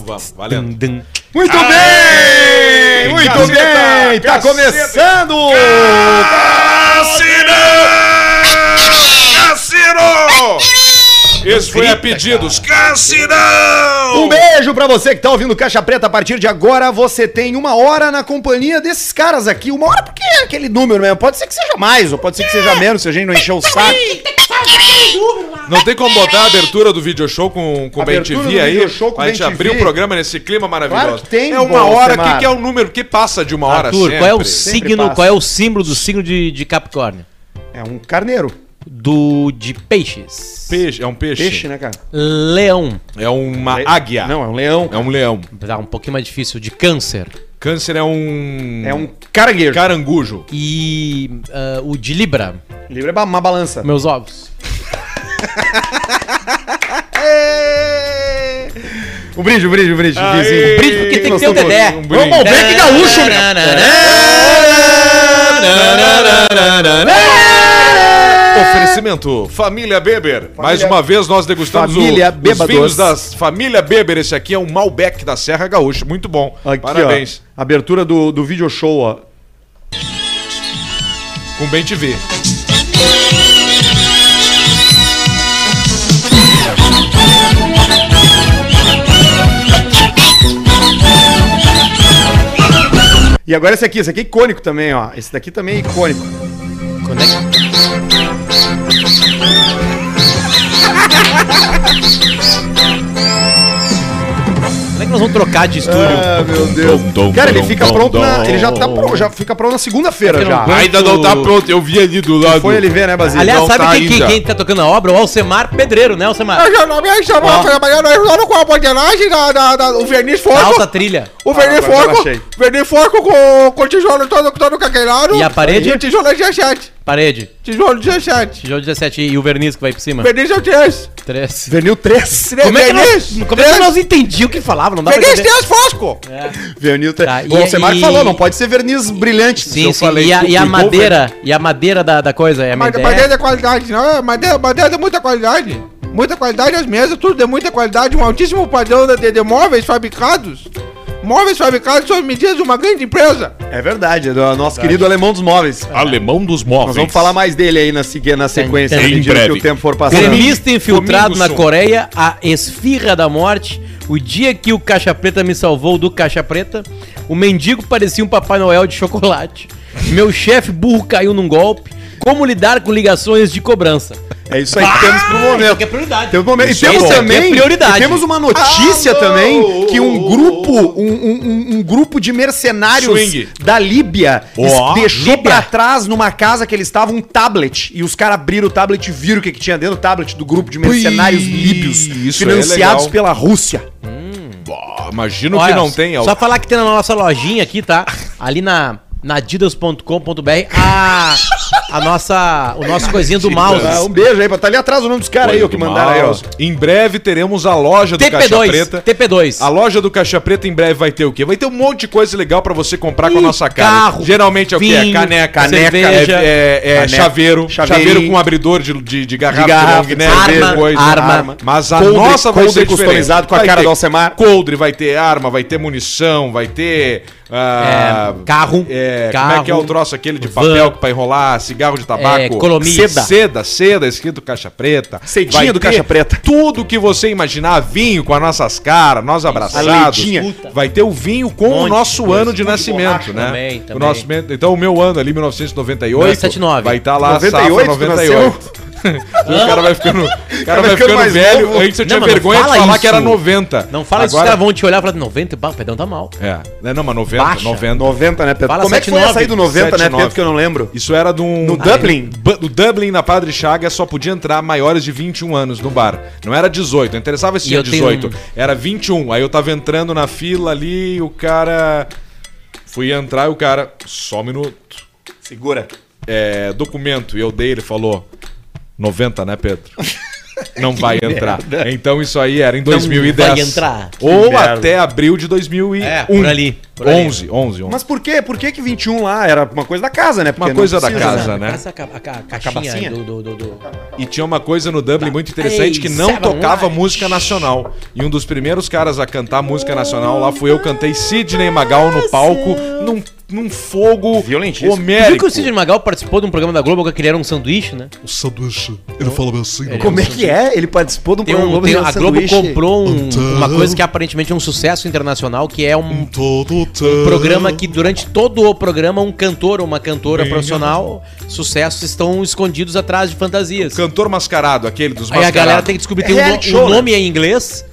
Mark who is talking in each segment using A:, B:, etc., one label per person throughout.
A: vamos, valendo.
B: Dum, dum.
C: Muito bem! Muito
A: Caceta,
C: bem! Tá
A: caceta.
C: começando!
A: Cassino! Esse foi a pedidos. Cassinão!
C: Um beijo pra você que tá ouvindo Caixa Preta. A partir de agora você tem uma hora na companhia desses caras aqui. Uma hora porque é aquele número mesmo. Pode ser que seja mais, ou pode ser que
A: É.
C: seja menos, se a gente não encher o saco.
A: Não tem como botar a abertura do video show com, com o
C: Abertura do
A: BenTV aí?
C: video show com
A: a gente
C: BenTV.
A: abrir o programa nesse clima maravilhoso.
C: Claro que tem,
A: é uma
C: bom,
A: hora, o que,
C: Semar.
A: que é o número? que passa de uma hora
B: Arthur, qual é o
A: sempre?
C: Sempre
B: signo,
C: passa.
B: qual é o símbolo do signo de, de Capricórnio?
C: É um carneiro.
B: Do de peixes.
A: Peixe, é um peixe.
C: Peixe, né, cara?
B: Leão.
A: É uma águia.
C: Não, é um leão.
A: É um leão.
B: Tá um pouquinho mais difícil. De câncer.
A: Câncer é um.
C: É um caranguejo.
A: carangujo.
B: E ah, o de Libra.
C: Livre é ba- uma balança.
B: Meus ovos.
C: Um brinde, um brinde, um brinde.
A: Aê!
C: vizinho.
A: Um
B: Brinde, porque tem que ter o Dedé.
A: Um brinde.
C: Vamos ao break gaúcho, meu.
A: Oferecimento Família Beber. Mais uma vez nós degustamos
C: Família
A: os
C: Bêbados.
A: vinhos da Família Beber. Esse aqui é um Malbec da Serra Gaúcha. Muito bom.
C: Aqui,
A: Parabéns.
C: ó. Abertura do, do video show, ó.
A: Com Bem TV.
C: E agora esse aqui, esse aqui é icônico também, ó. Esse daqui também é icônico.
B: Quando é que- Quando é que nós vamos trocar de estúdio?
C: Ah, meu Deus. Cara, ele fica pronto na. Ele já tá pronto, já fica pronto na segunda-feira
B: Porque não
C: já.
B: aguenta.
A: Ainda não tá pronto. Eu vi ali do lado.
C: Foi ele ver, né, Basílio?
B: Aliás,
A: não
B: sabe
A: tá Ah,
B: quem, quem,
A: ainda.
B: quem tá tocando a obra? O Alcemar Pedreiro, né, Alcemar?
D: Eu não me chamou
B: Ó.
D: pra trabalhar, nós lá com a bandeiragem, da, da, da, o verniz
B: Na
D: forco,
B: alta trilha.
D: o verniz
C: agora eu
D: forco,
C: baixei.
D: verniz forco com, com tijolo todo, todo caqueirado.
B: E a parede?
D: E o tijolo é 17,
B: Parede.
D: tijolo 17,
B: Tijolo 17 e o verniz que vai por cima.
D: verniz é o 3,
B: Três.
C: Venil 3.
B: Como é que nós,
D: verniz,
B: como é que nós entendi o que falava? Não dá pra
D: verniz
B: entender.
D: 3 fosco.
B: É.
C: Venil 3.
B: Tá, e-
C: o Alcemar
B: e-
C: falou, não pode ser verniz brilhante. se
B: Sim, sim. e a,
C: que
B: e a
C: o Golfer-
B: madeira, e a madeira da, da coisa, é a
D: Mas
B: madeira.
D: madeira é qualidade, não é? Madeira, madeira é muita qualidade. Muita qualidade as mesas, tudo de muita qualidade, um altíssimo padrão de, de móveis fabricados. Móveis fabricados sob medidas de uma grande empresa.
C: É verdade, é do nosso querido alemão dos móveis.
B: É.
E: Alemão dos móveis.
C: Nós vamos falar mais dele aí na, sequ- na sequência,
B: Em
C: à medida que
E: breve.
C: o tempo for passando.
B: Gremista infiltrado
A: Domingo,
B: na
A: som.
B: Coreia, a esfirra da morte, o dia que o Caixa Preta me salvou do Caixa Preta, o mendigo parecia um Papai Noel de chocolate, meu chefe burro caiu num golpe, como lidar com ligações de cobrança.
C: É isso aí que temos pro momento.
B: que é prioridade.
C: Temos um momento. E
B: Isso aí
C: temos
B: é
C: também.
B: prioridade.
C: e temos uma notícia
A: Alô!
C: também que um grupo, um, um- um- um grupo de mercenários
A: Swing.
C: da Líbia es-
E: Ó,
C: deixou
B: Líbia.
C: pra trás numa casa que eles estavam um tablet e os caras abriram o tablet e viram o que, que tinha dentro do tablet do grupo de mercenários
A: Ui,
C: líbios
A: isso aí é
C: financiados
A: legal.
C: pela Rússia.
A: Pô, Ah, Imagino que
B: Olha,
A: não tem. ó.
B: Só falar que tem na nossa lojinha aqui, tá? Ali na, na adidas.com.br a, Ah, a nossa, o nosso coisinha do
C: Ah,
B: mouse.
C: um beijo aí, pra- tá ali atrás o nome dos caras aí, ó, que mandaram aí, ó.
A: Em breve teremos a loja do Caixa
B: TP2,
A: Preta.
B: TP2.
A: A loja do Caixa Preta em breve vai ter o quê? Vai ter um monte de coisa legal pra você comprar com a
B: Ih,
A: nossa cara.
B: carro,
A: Geralmente é o quê? É
B: vinho,
A: caneca,
B: cerveja,
A: é, é- é
C: caneca,
A: chaveiro,
C: chaveirinho,
A: chaveiro com abridor de, de, de garrafa de,
C: garrafa,
A: long neck,
B: arma,
A: coisa.
B: arma.
A: Mas a
C: Coldre-
A: nossa vai
C: coldre
A: ser diferente.
C: customizado com a
A: Vai
C: cara
A: ter
C: do Alcemar.
A: Coldre, vai ter arma, vai ter munição, vai ter... ah,
B: É, carro,
A: é, Como é
B: carro,
A: que é o troço aquele de
B: van.
A: papel pra enrolar, cigarro
C: É,
A: de tabaco?
B: colomia.
A: Seda. Seda, seda, escrito Caixa Preta.
C: Cedinha
A: Vai
C: do
A: ter
C: Caixa Preta.
A: Tudo que você imaginar, vinho com as nossas caras, nós abraçados.
C: leidinha.
A: Puta. Vai ter o vinho com
B: Monte
A: o
B: de
A: nosso
B: coisa.
A: ano de
B: Tudo de
A: nascimento,
B: borracha
A: né?
B: também,
A: O
B: também. é
A: nosso, então o meu ano ali, 1998.
B: 1979.
A: Vai estar lá,
C: 98,
A: safra
C: tu
A: 98. o cara vai ficando, o cara vai ficando
C: mais
A: velho.
C: novo.
A: Antes eu tinha
B: Não, mas não
A: vergonha de
B: fala
A: falar
B: isso.
A: que era 90.
B: Não fala isso, os
A: Agora-
B: caras vão te olhar e falar 90, bah, o pedão tá mal.
A: É, né, não, mas 90,
B: Baixa.
A: 90.
C: 90, né, Pedro?
B: Fala
C: Como é que foi
B: 79,
C: essa aí do 90, né,
A: 79?
C: Pedro, que eu não lembro?
A: Isso era de um.
C: No
A: Ah,
C: Dublin?
A: é. Bu- O Dublin na Padre Chaga só podia entrar maiores de 21 anos no bar. Não era 18, não interessava se
B: E
A: tinha
B: eu tenho
A: 18.
B: um-
A: Era 21. Aí eu tava entrando na fila ali e o cara. Fui entrar e o cara. Só um minuto.
C: Segura.
A: É, documento. E eu dei, ele falou. 90, né, Pedro? Não vai entrar. Então isso aí era em 2010.
B: vai entrar.
A: Ou
C: Que merda.
A: até abril de 2001.
B: É, por ali. Por aí.
A: 11, 11, 11.
C: Mas por quê? Por que que 21 lá? Era uma coisa da casa, né?
A: Uma coisa da
C: precisa,
A: casa, né?
B: Passa a, ca- a ca- a caixinha
C: cabacinha?
B: do... do, do, do-
A: E tinha uma coisa no Dublin muito interessante
B: Ei,
A: que não
B: Tá. Seven
A: tocava
B: Lives.
A: música nacional. E um dos primeiros caras a cantar música nacional lá fui eu, cantei Sidney Magal no palco, num, num fogo
C: Violentíssimo.
B: Tu Viu
A: homérico.
B: que o Sidney Magal participou de um programa da Globo que criaram um sanduíche, né?
E: O sanduíche, ele fala bem assim,
B: É.
E: ó.
C: Como é que é? Ele participou do
B: Tem um- tem- a Globo comprou um-
E: Então.
B: uma coisa que aparentemente é um sucesso internacional, que é um
E: todo tempo.
B: programa que durante todo o programa um cantor ou uma cantora profissional, sucessos estão escondidos atrás de fantasias.
A: Cantor mascarado, aquele dos
B: Aí a
A: mascarados.
B: galera tem que descobrir tem um,
C: É
B: no-
C: reality
B: um
C: show, né?
B: nome é em inglês.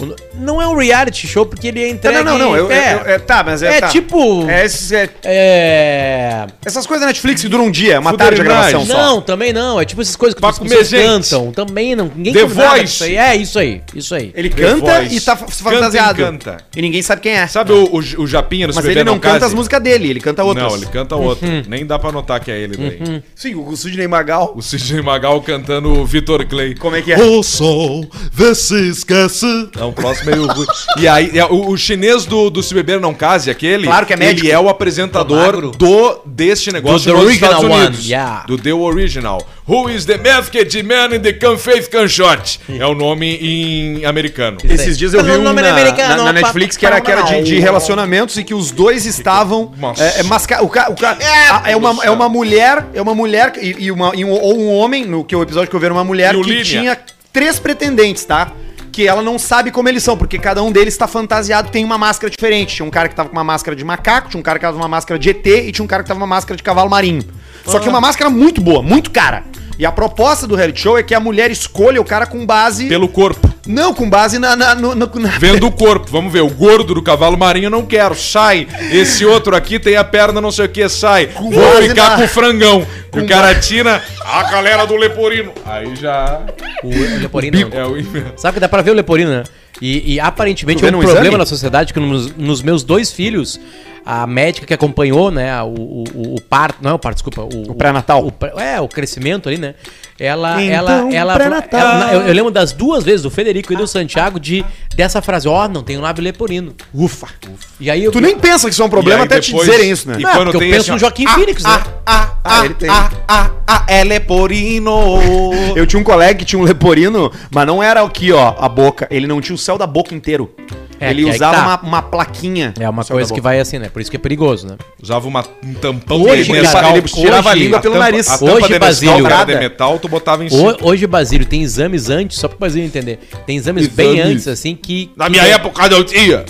B: O no- Não é um reality show porque ele é entregue.
C: Não, não, não. Eu,
B: é,
C: eu- eu- é, tá, mas é.
B: é
C: tá.
B: tipo.
C: É, esses- é-
B: É.
C: essas coisas da Netflix que duram um dia, é uma
A: Fuderim
C: tarde de gravação
A: Night.
C: só.
B: Não, também não. É tipo essas coisas que
A: Pra
B: as
A: comer
B: pessoas
A: gente.
B: cantam. Também não. Ninguém
A: The
B: come nada
A: Voice.
B: disso aí. É isso aí. Isso aí.
C: Ele
A: The
C: canta
A: Voice.
C: e tá fa-
A: Canta e
C: fantasiado.
A: canta.
C: E ninguém sabe quem é.
A: Sabe o, o, o Japinha no
C: Mas ele não canta as músicas dele, ele canta outras. Uhum.
A: Não, ele canta outra. Nem dá pra notar que é ele daí.
C: Sim, o Sidney Magal.
A: O Sidney Magal cantando o Vitor Clay.
C: Como é que é?
E: O sol, vê se esquece.
A: É um troço meio ruim. E aí, é, o, o chinês do, do Se Beber Não Case, aquele.
C: Claro que é médico.
A: Ele é o
B: Do
A: apresentador
B: magro.
A: do, deste negócio
B: Do The
A: nos
B: Original
A: Estados
B: One,
A: Unidos.
B: yeah.
A: Do The Original. Who is the masked man in the can faith can shot? É o nome em americano.
C: Esses dias eu vi
B: Pelo
C: um na,
B: nome
C: na,
B: americano,
C: na Netflix que era, que era de, de relacionamentos e que os dois estavam
A: Nossa.
C: é, é, masca- o ca- o ca- a- é, uma, é uma mulher é uma mulher e, e uma, e um- ou um homem no que é o episódio que eu vi era uma mulher
A: E o
C: que
A: Linha.
C: tinha três pretendentes tá que ela não sabe como eles são, porque cada um deles está fantasiado, tem uma máscara diferente. Tinha um cara que tava com uma máscara de macaco, tinha um cara que tava com uma máscara de ET e tinha um cara que tava com uma máscara de cavalo marinho. Só que uma máscara muito boa, muito cara. E a proposta do reality show é que a mulher escolha o cara com base
A: Pelo corpo.
C: não, com base na. na, no- no- na-
A: Vendo o corpo, vamos ver. O gordo do cavalo marinho eu não quero, sai. Esse outro aqui tem a perna não sei o que, sai. Vou
C: base
A: ficar
C: na-
A: com o frangão. E o cara tira a galera do leporino. Aí já
B: O, o Leporino.
A: é o inverso.
B: Sabe que dá pra ver o Leporino, né? E, e aparentemente
C: Tu
B: é
C: vê
B: um
C: no
B: problema
C: exame?
B: na sociedade que nos, nos meus dois filhos, a médica que acompanhou, né, a- o, o, o- o parto, não é o parto, desculpa, o, o
C: pré-natal.
B: o pré- é, o crescimento ali, né? Ela,
C: Então,
B: ela, ela,
C: pré-natal.
B: ela- eu, eu lembro das duas vezes do Federico e do Santiago de dessa frase, ó, não tem um lábio leporino.
C: Ufa.
B: E aí eu
C: Tu nem pensa que isso é um
A: E
C: problema
A: aí
C: até
A: depois-
C: te dizerem isso, né?
A: e
B: não,
A: quando
B: porque eu
A: tem
B: penso
A: assim, ó,
B: no Joaquim Phoenix, né?
C: ah, ah, ele tem.
D: ah, ah, é leporino.
C: Eu tinha um colega que tinha um leporino, mas não era aqui, ó, a boca. Ele não tinha o céu da boca inteiro.
B: É,
C: ele
B: que aí
C: usava
B: tá.
C: uma, uma plaquinha.
B: É uma
C: no céu
B: coisa
C: da
B: que
C: boca.
B: vai assim, né? Por isso que é perigoso, né?
A: Usava uma, um tampão
B: Hoje,
A: de
B: cara,
A: Nescau.
B: ele tirava a língua
C: pelo
A: tampa-
C: nariz.
A: A tampa
B: Hoje,
A: de Nescau,
B: Basílio.
A: cara, de metal, tu botava em cima.
B: Ho- hoje, Basílio, tem exames antes, só pro Basílio entender. Tem exames, bem
A: Exames.
B: antes, assim, que.
A: Na
B: que-
A: minha época eu tinha.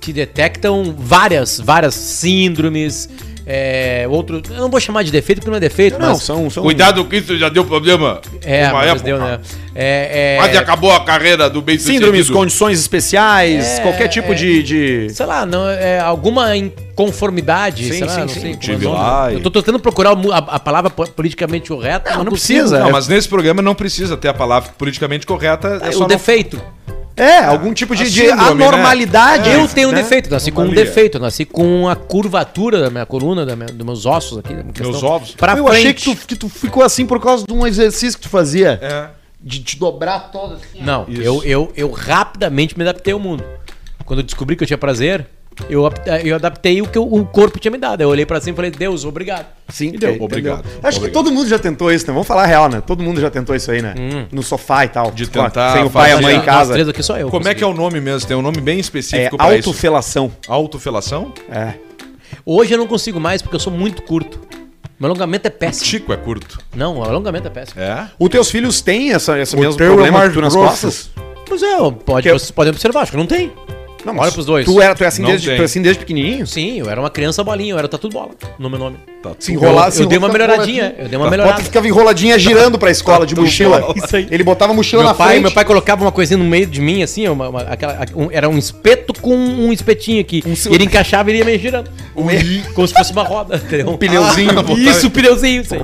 B: que detectam várias, várias síndromes, é, outro, eu não vou chamar de defeito porque não é defeito,
C: Não,
B: mas
C: são, são.
A: Cuidado que isso já deu problema.
B: é,
A: Uma
B: mas
A: época.
B: deu, né? É, é,
A: Quase acabou a carreira do bem
C: Síndromes, condições especiais,
B: É,
C: qualquer tipo
B: é.
C: de. de-
B: sei lá, não é alguma inconformidade,
C: Sim,
B: sei lá,
C: sim,
B: não
C: sim.
B: sei como
A: Tive
B: é o nome.
A: lá e- Ah,
B: Eu tô tentando procurar o mu- a, a palavra po- politicamente correta,
C: Não, não
B: consigo.
C: precisa.
A: Não, é mas nesse programa não precisa ter a palavra politicamente correta.
B: É,
A: É
B: o
A: só não
B: defeito.
C: É, algum tipo de,
A: A
C: de
A: síndrome, né?
C: anormalidade.
B: eu tenho um
C: né?
B: defeito, nasci com um
A: Anomalia.
B: defeito, nasci com a curvatura da minha coluna, da minha- dos meus ossos aqui, da minha
A: Meus
B: questão,
A: ovos?
B: Pra
C: eu
B: frente.
C: achei que tu, que tu ficou assim por causa de um exercício que tu fazia.
A: É.
C: De te dobrar todo assim.
B: Não,
A: Isso.
B: eu, eu, eu rapidamente me adaptei ao mundo. Quando eu descobri que eu tinha prazer, eu, ap- eu adaptei o que eu- o corpo tinha me dado. Eu olhei pra cima e falei, Deus, obrigado.
C: Sim,
A: Entendeu?
C: entendeu?
A: Obrigado.
C: Acho que
A: Obrigado.
C: todo mundo já tentou isso, né? Vamos falar a real, né? Todo mundo já tentou isso aí, né? No sofá e tal.
A: De
C: Com a-
A: tentar
C: Sem o
B: É
C: pai e a
A: fazer-
C: mãe em casa.
B: Nós três aqui só eu.
A: Como é que é o nome mesmo? Tem um nome bem
C: É,
A: específico pra isso.
C: autofelação.
A: Autofelação?
C: É.
B: Hoje eu não consigo mais porque eu sou muito curto. Meu alongamento é péssimo.
A: Tico é curto.
B: Não, meu alongamento é péssimo.
A: É?
C: Os teus filhos têm essa, essa
D: O
C: mesmo
D: teu é
C: problema
D: mais
C: que tu nas
D: grosso.
C: costas?
B: Pois é, pode,
C: Que-
B: vocês podem observar, acho que não tem.
C: Não,
B: Olha pros dois.
C: Tu, era, tu é assim,
A: Não
C: desde,
A: tem.
C: tu é assim desde pequenininho?
B: Sim, eu era uma criança bolinha, eu era tatu bola, no meu nome.
A: Tá tudo-
C: Se enrolar,
B: eu,
C: se
B: eu dei uma
C: enrolar,
B: melhoradinha, eu dei uma
C: Tá. Bota
B: melhorada.
C: e ficava enroladinha girando pra escola de mochila.
B: Isso aí.
C: Ele botava a mochila
B: Meu
C: na
B: pai,
C: frente.
B: meu pai colocava uma coisinha no meio de mim, assim, uma- uma- aquela- um- era um espeto com um espetinho aqui. E ele encaixava e ele ia meio girando. Como se fosse uma roda, entendeu? Um
C: Um pneuzinho.
B: isso, um pneuzinho. Isso aí.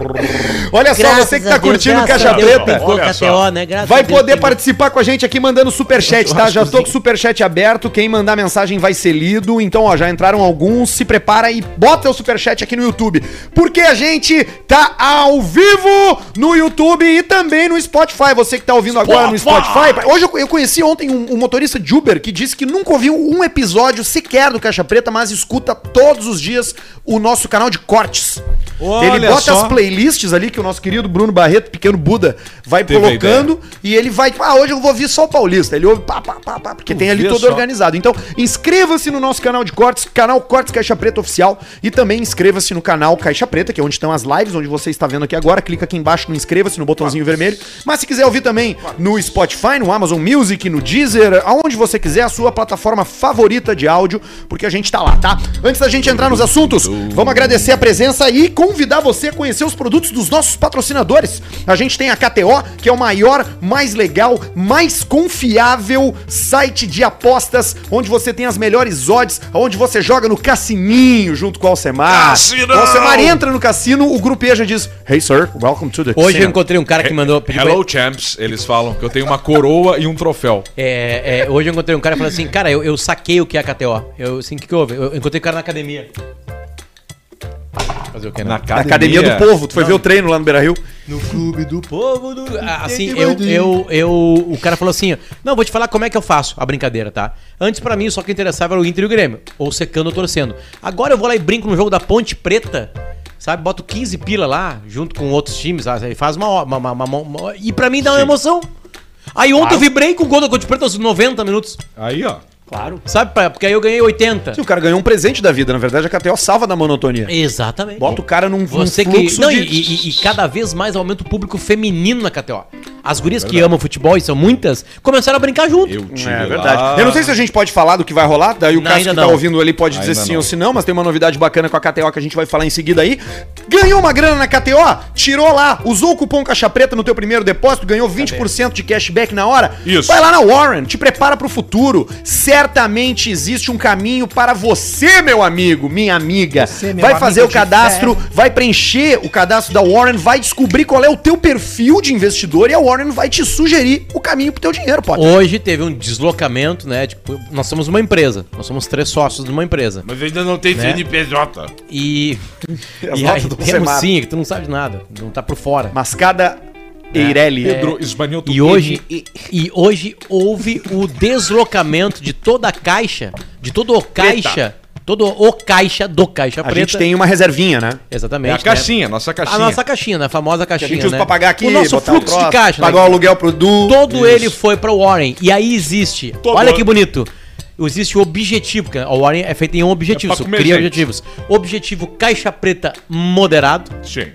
C: Olha só, você que tá curtindo o Caixa Preta.
A: Olha só.
B: KTO, né? Graças
C: Vai
B: a Deus,
C: poder
B: tem-
C: participar com a gente aqui mandando superchat, tá? Já tô com o superchat aberto. Quem mandar mensagem vai ser lido. Então, ó, já entraram alguns. Se prepara e bota o superchat aqui no YouTube. Porque a gente tá ao vivo no YouTube e também no Spotify. Você que tá ouvindo agora no Spotify. Hoje eu, eu conheci ontem um, um motorista de Uber que disse que nunca ouviu um episódio sequer do Caixa Preta, mas escuta todos os dias o nosso canal de cortes.
A: Olha
C: Ele bota
A: só.
C: as playlists ali que o nosso querido Bruno Barreto, pequeno Buda, vai
A: Teve a
C: colocando e ele vai, ah, hoje eu vou ouvir só o Paulista. Ele ouve pá, pá, pá, pá, porque tem ali
A: vê
C: todo
A: só.
C: organizado. Então, inscreva-se no nosso canal de cortes, canal Cortes Caixa Preta Oficial e também inscreva-se no canal Caixa Preta, que é onde estão as lives, onde você está vendo aqui agora. Clica aqui embaixo no inscreva-se, no botãozinho vermelho. Mas se quiser ouvir também no Spotify, no Amazon Music, no Deezer, aonde você quiser, a sua plataforma favorita de áudio, porque a gente tá lá, tá? Antes da gente entrar nos assuntos, vamos agradecer a presença e convidar você a conhecer os produtos dos nossos patrocinadores. A gente tem a KTO, que é o maior, mais legal, mais confiável site de apostas, onde você tem as melhores odds, onde você joga no cassininho junto com o Alcemar.
A: Cassinão!
C: O Alcemar entra no cassino, o grupeja diz: Hey sir, welcome to the
B: Hoje eu
C: casino."
B: encontrei um cara que mandou. pediu pra-
A: Hello, champs, eles falam que eu tenho uma coroa e um troféu.
B: É, é, hoje eu encontrei um cara e falei assim, cara, eu, eu saquei o que é a KTO. Eu assim, o que, que houve? Eu encontrei o cara na academia. Fazer o que, né?
A: Na
C: Na
A: academia,
C: academia do povo, tu foi ver o treino lá no Beira Rio.
E: No clube do
B: povo do. Ah, Assim, eu, eu, eu. O cara falou assim: ó, Não, vou te falar como é que eu faço a brincadeira, tá? Antes, pra mim, só que interessava era o Inter e o Grêmio. Ou secando ou torcendo. Agora eu vou lá e brinco no jogo da Ponte Preta. Sabe, boto 15 pila lá, junto com outros times, sabe? e faz uma, ó- uma, uma- uma- uma- E pra mim dá uma emoção. Aí ontem eu vibrei com o gol da Ponte Preta aos 90 minutos.
A: Aí, ó.
B: Sabe, pra- porque aí eu ganhei 80.
C: Sim, o cara ganhou um presente da vida, na verdade a KTO salva da monotonia.
B: Exatamente.
C: Bota o cara num,
B: Você
C: num
B: que. Não,
C: Um de...
B: e, e- e cada vez mais aumenta o público feminino na KTO. As gurias que amam futebol, e são muitas, começaram a brincar junto.
A: Eu tive
C: É
A: lá.
C: verdade. Eu não sei se a gente pode falar do que vai rolar, daí o
B: Não,
C: Cássio
B: ainda
C: que tá
B: não.
C: ouvindo ali pode dizer
A: Ainda
C: sim
A: não.
C: ou se não, mas tem uma novidade bacana com a KTO que a gente vai falar em seguida aí. Ganhou uma grana na KTO, tirou lá, usou o cupom Caixa Preta no teu primeiro depósito, ganhou 20% de cashback na hora.
A: Isso.
C: Vai lá na Warren, te prepara pro futuro. Certamente existe um caminho para você, meu amigo, minha amiga. vai fazer o cadastro, vai preencher o cadastro da Warren, vai descobrir qual é o teu perfil de investidor e a Warren vai te sugerir o caminho pro teu dinheiro, pode.
B: Hoje teve um deslocamento, né? Tipo, nós somos uma empresa. Nós somos três sócios de uma empresa. Né?
F: Mas ainda não tem CNPJ.
B: E.
C: As
B: e
C: notas
B: aí,
C: do
B: temos
C: Semar.
B: sim, que tu não sabe de nada. Não tá por fora.
C: Mascada
B: É,
C: Eireli.
A: Pedro esbanhou
B: E
A: tudo.
B: hoje, e hoje houve o deslocamento de toda a caixa, de todo o caixa, todo o caixa do Caixa
C: a
B: Preta.
C: gente tem uma reservinha, né?
B: Exatamente.
A: É a
B: né?
A: caixinha, nossa
B: A
A: caixinha.
B: nossa caixinha, né? A famosa
C: Que a
B: caixinha.
C: gente usa
B: né?
C: pra pagar aqui,
B: O nosso
C: botar o
B: fluxo de
C: troço,
B: caixa,
C: Pagar o
B: né?
C: aluguel pro Du.
B: Todo
C: Isso.
B: ele foi pra Warren. E aí existe. Olha que bonito. Existe o objetivo, que a Warren é feita em um objetivo,
A: É pra
B: só
A: comer
B: cria
A: gente.
B: objetivos. Objetivo caixa preta moderado,
A: Sim.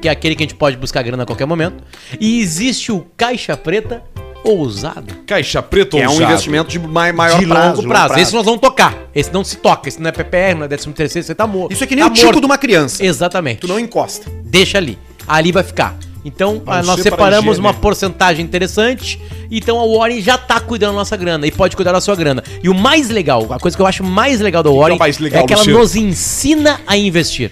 B: que é aquele que a gente pode buscar grana a qualquer momento. E existe o caixa preta ousado.
A: Caixa preta
C: Que é um
A: ousado.
C: investimento de mai- maior
B: de
C: prazo. né?
B: longo prazo. Esse nós vamos tocar. Esse não se toca. Esse não é PPR, não é 13 terceiro, você tá morto.
C: Isso é que nem
B: tá
C: o tico
B: morto.
C: de uma criança.
B: Exatamente.
C: Tu não encosta.
B: deixa ali. Ali vai ficar. Então, ah, nós
A: ser pra né?
B: separamos
A: higiene.
B: uma porcentagem interessante. Então a Warren já tá cuidando da nossa grana e pode cuidar da sua grana. E o mais legal, a coisa que eu acho mais legal da Warren
A: é o mais legal,
B: é que ela
A: Luciano?
B: nos ensina a investir.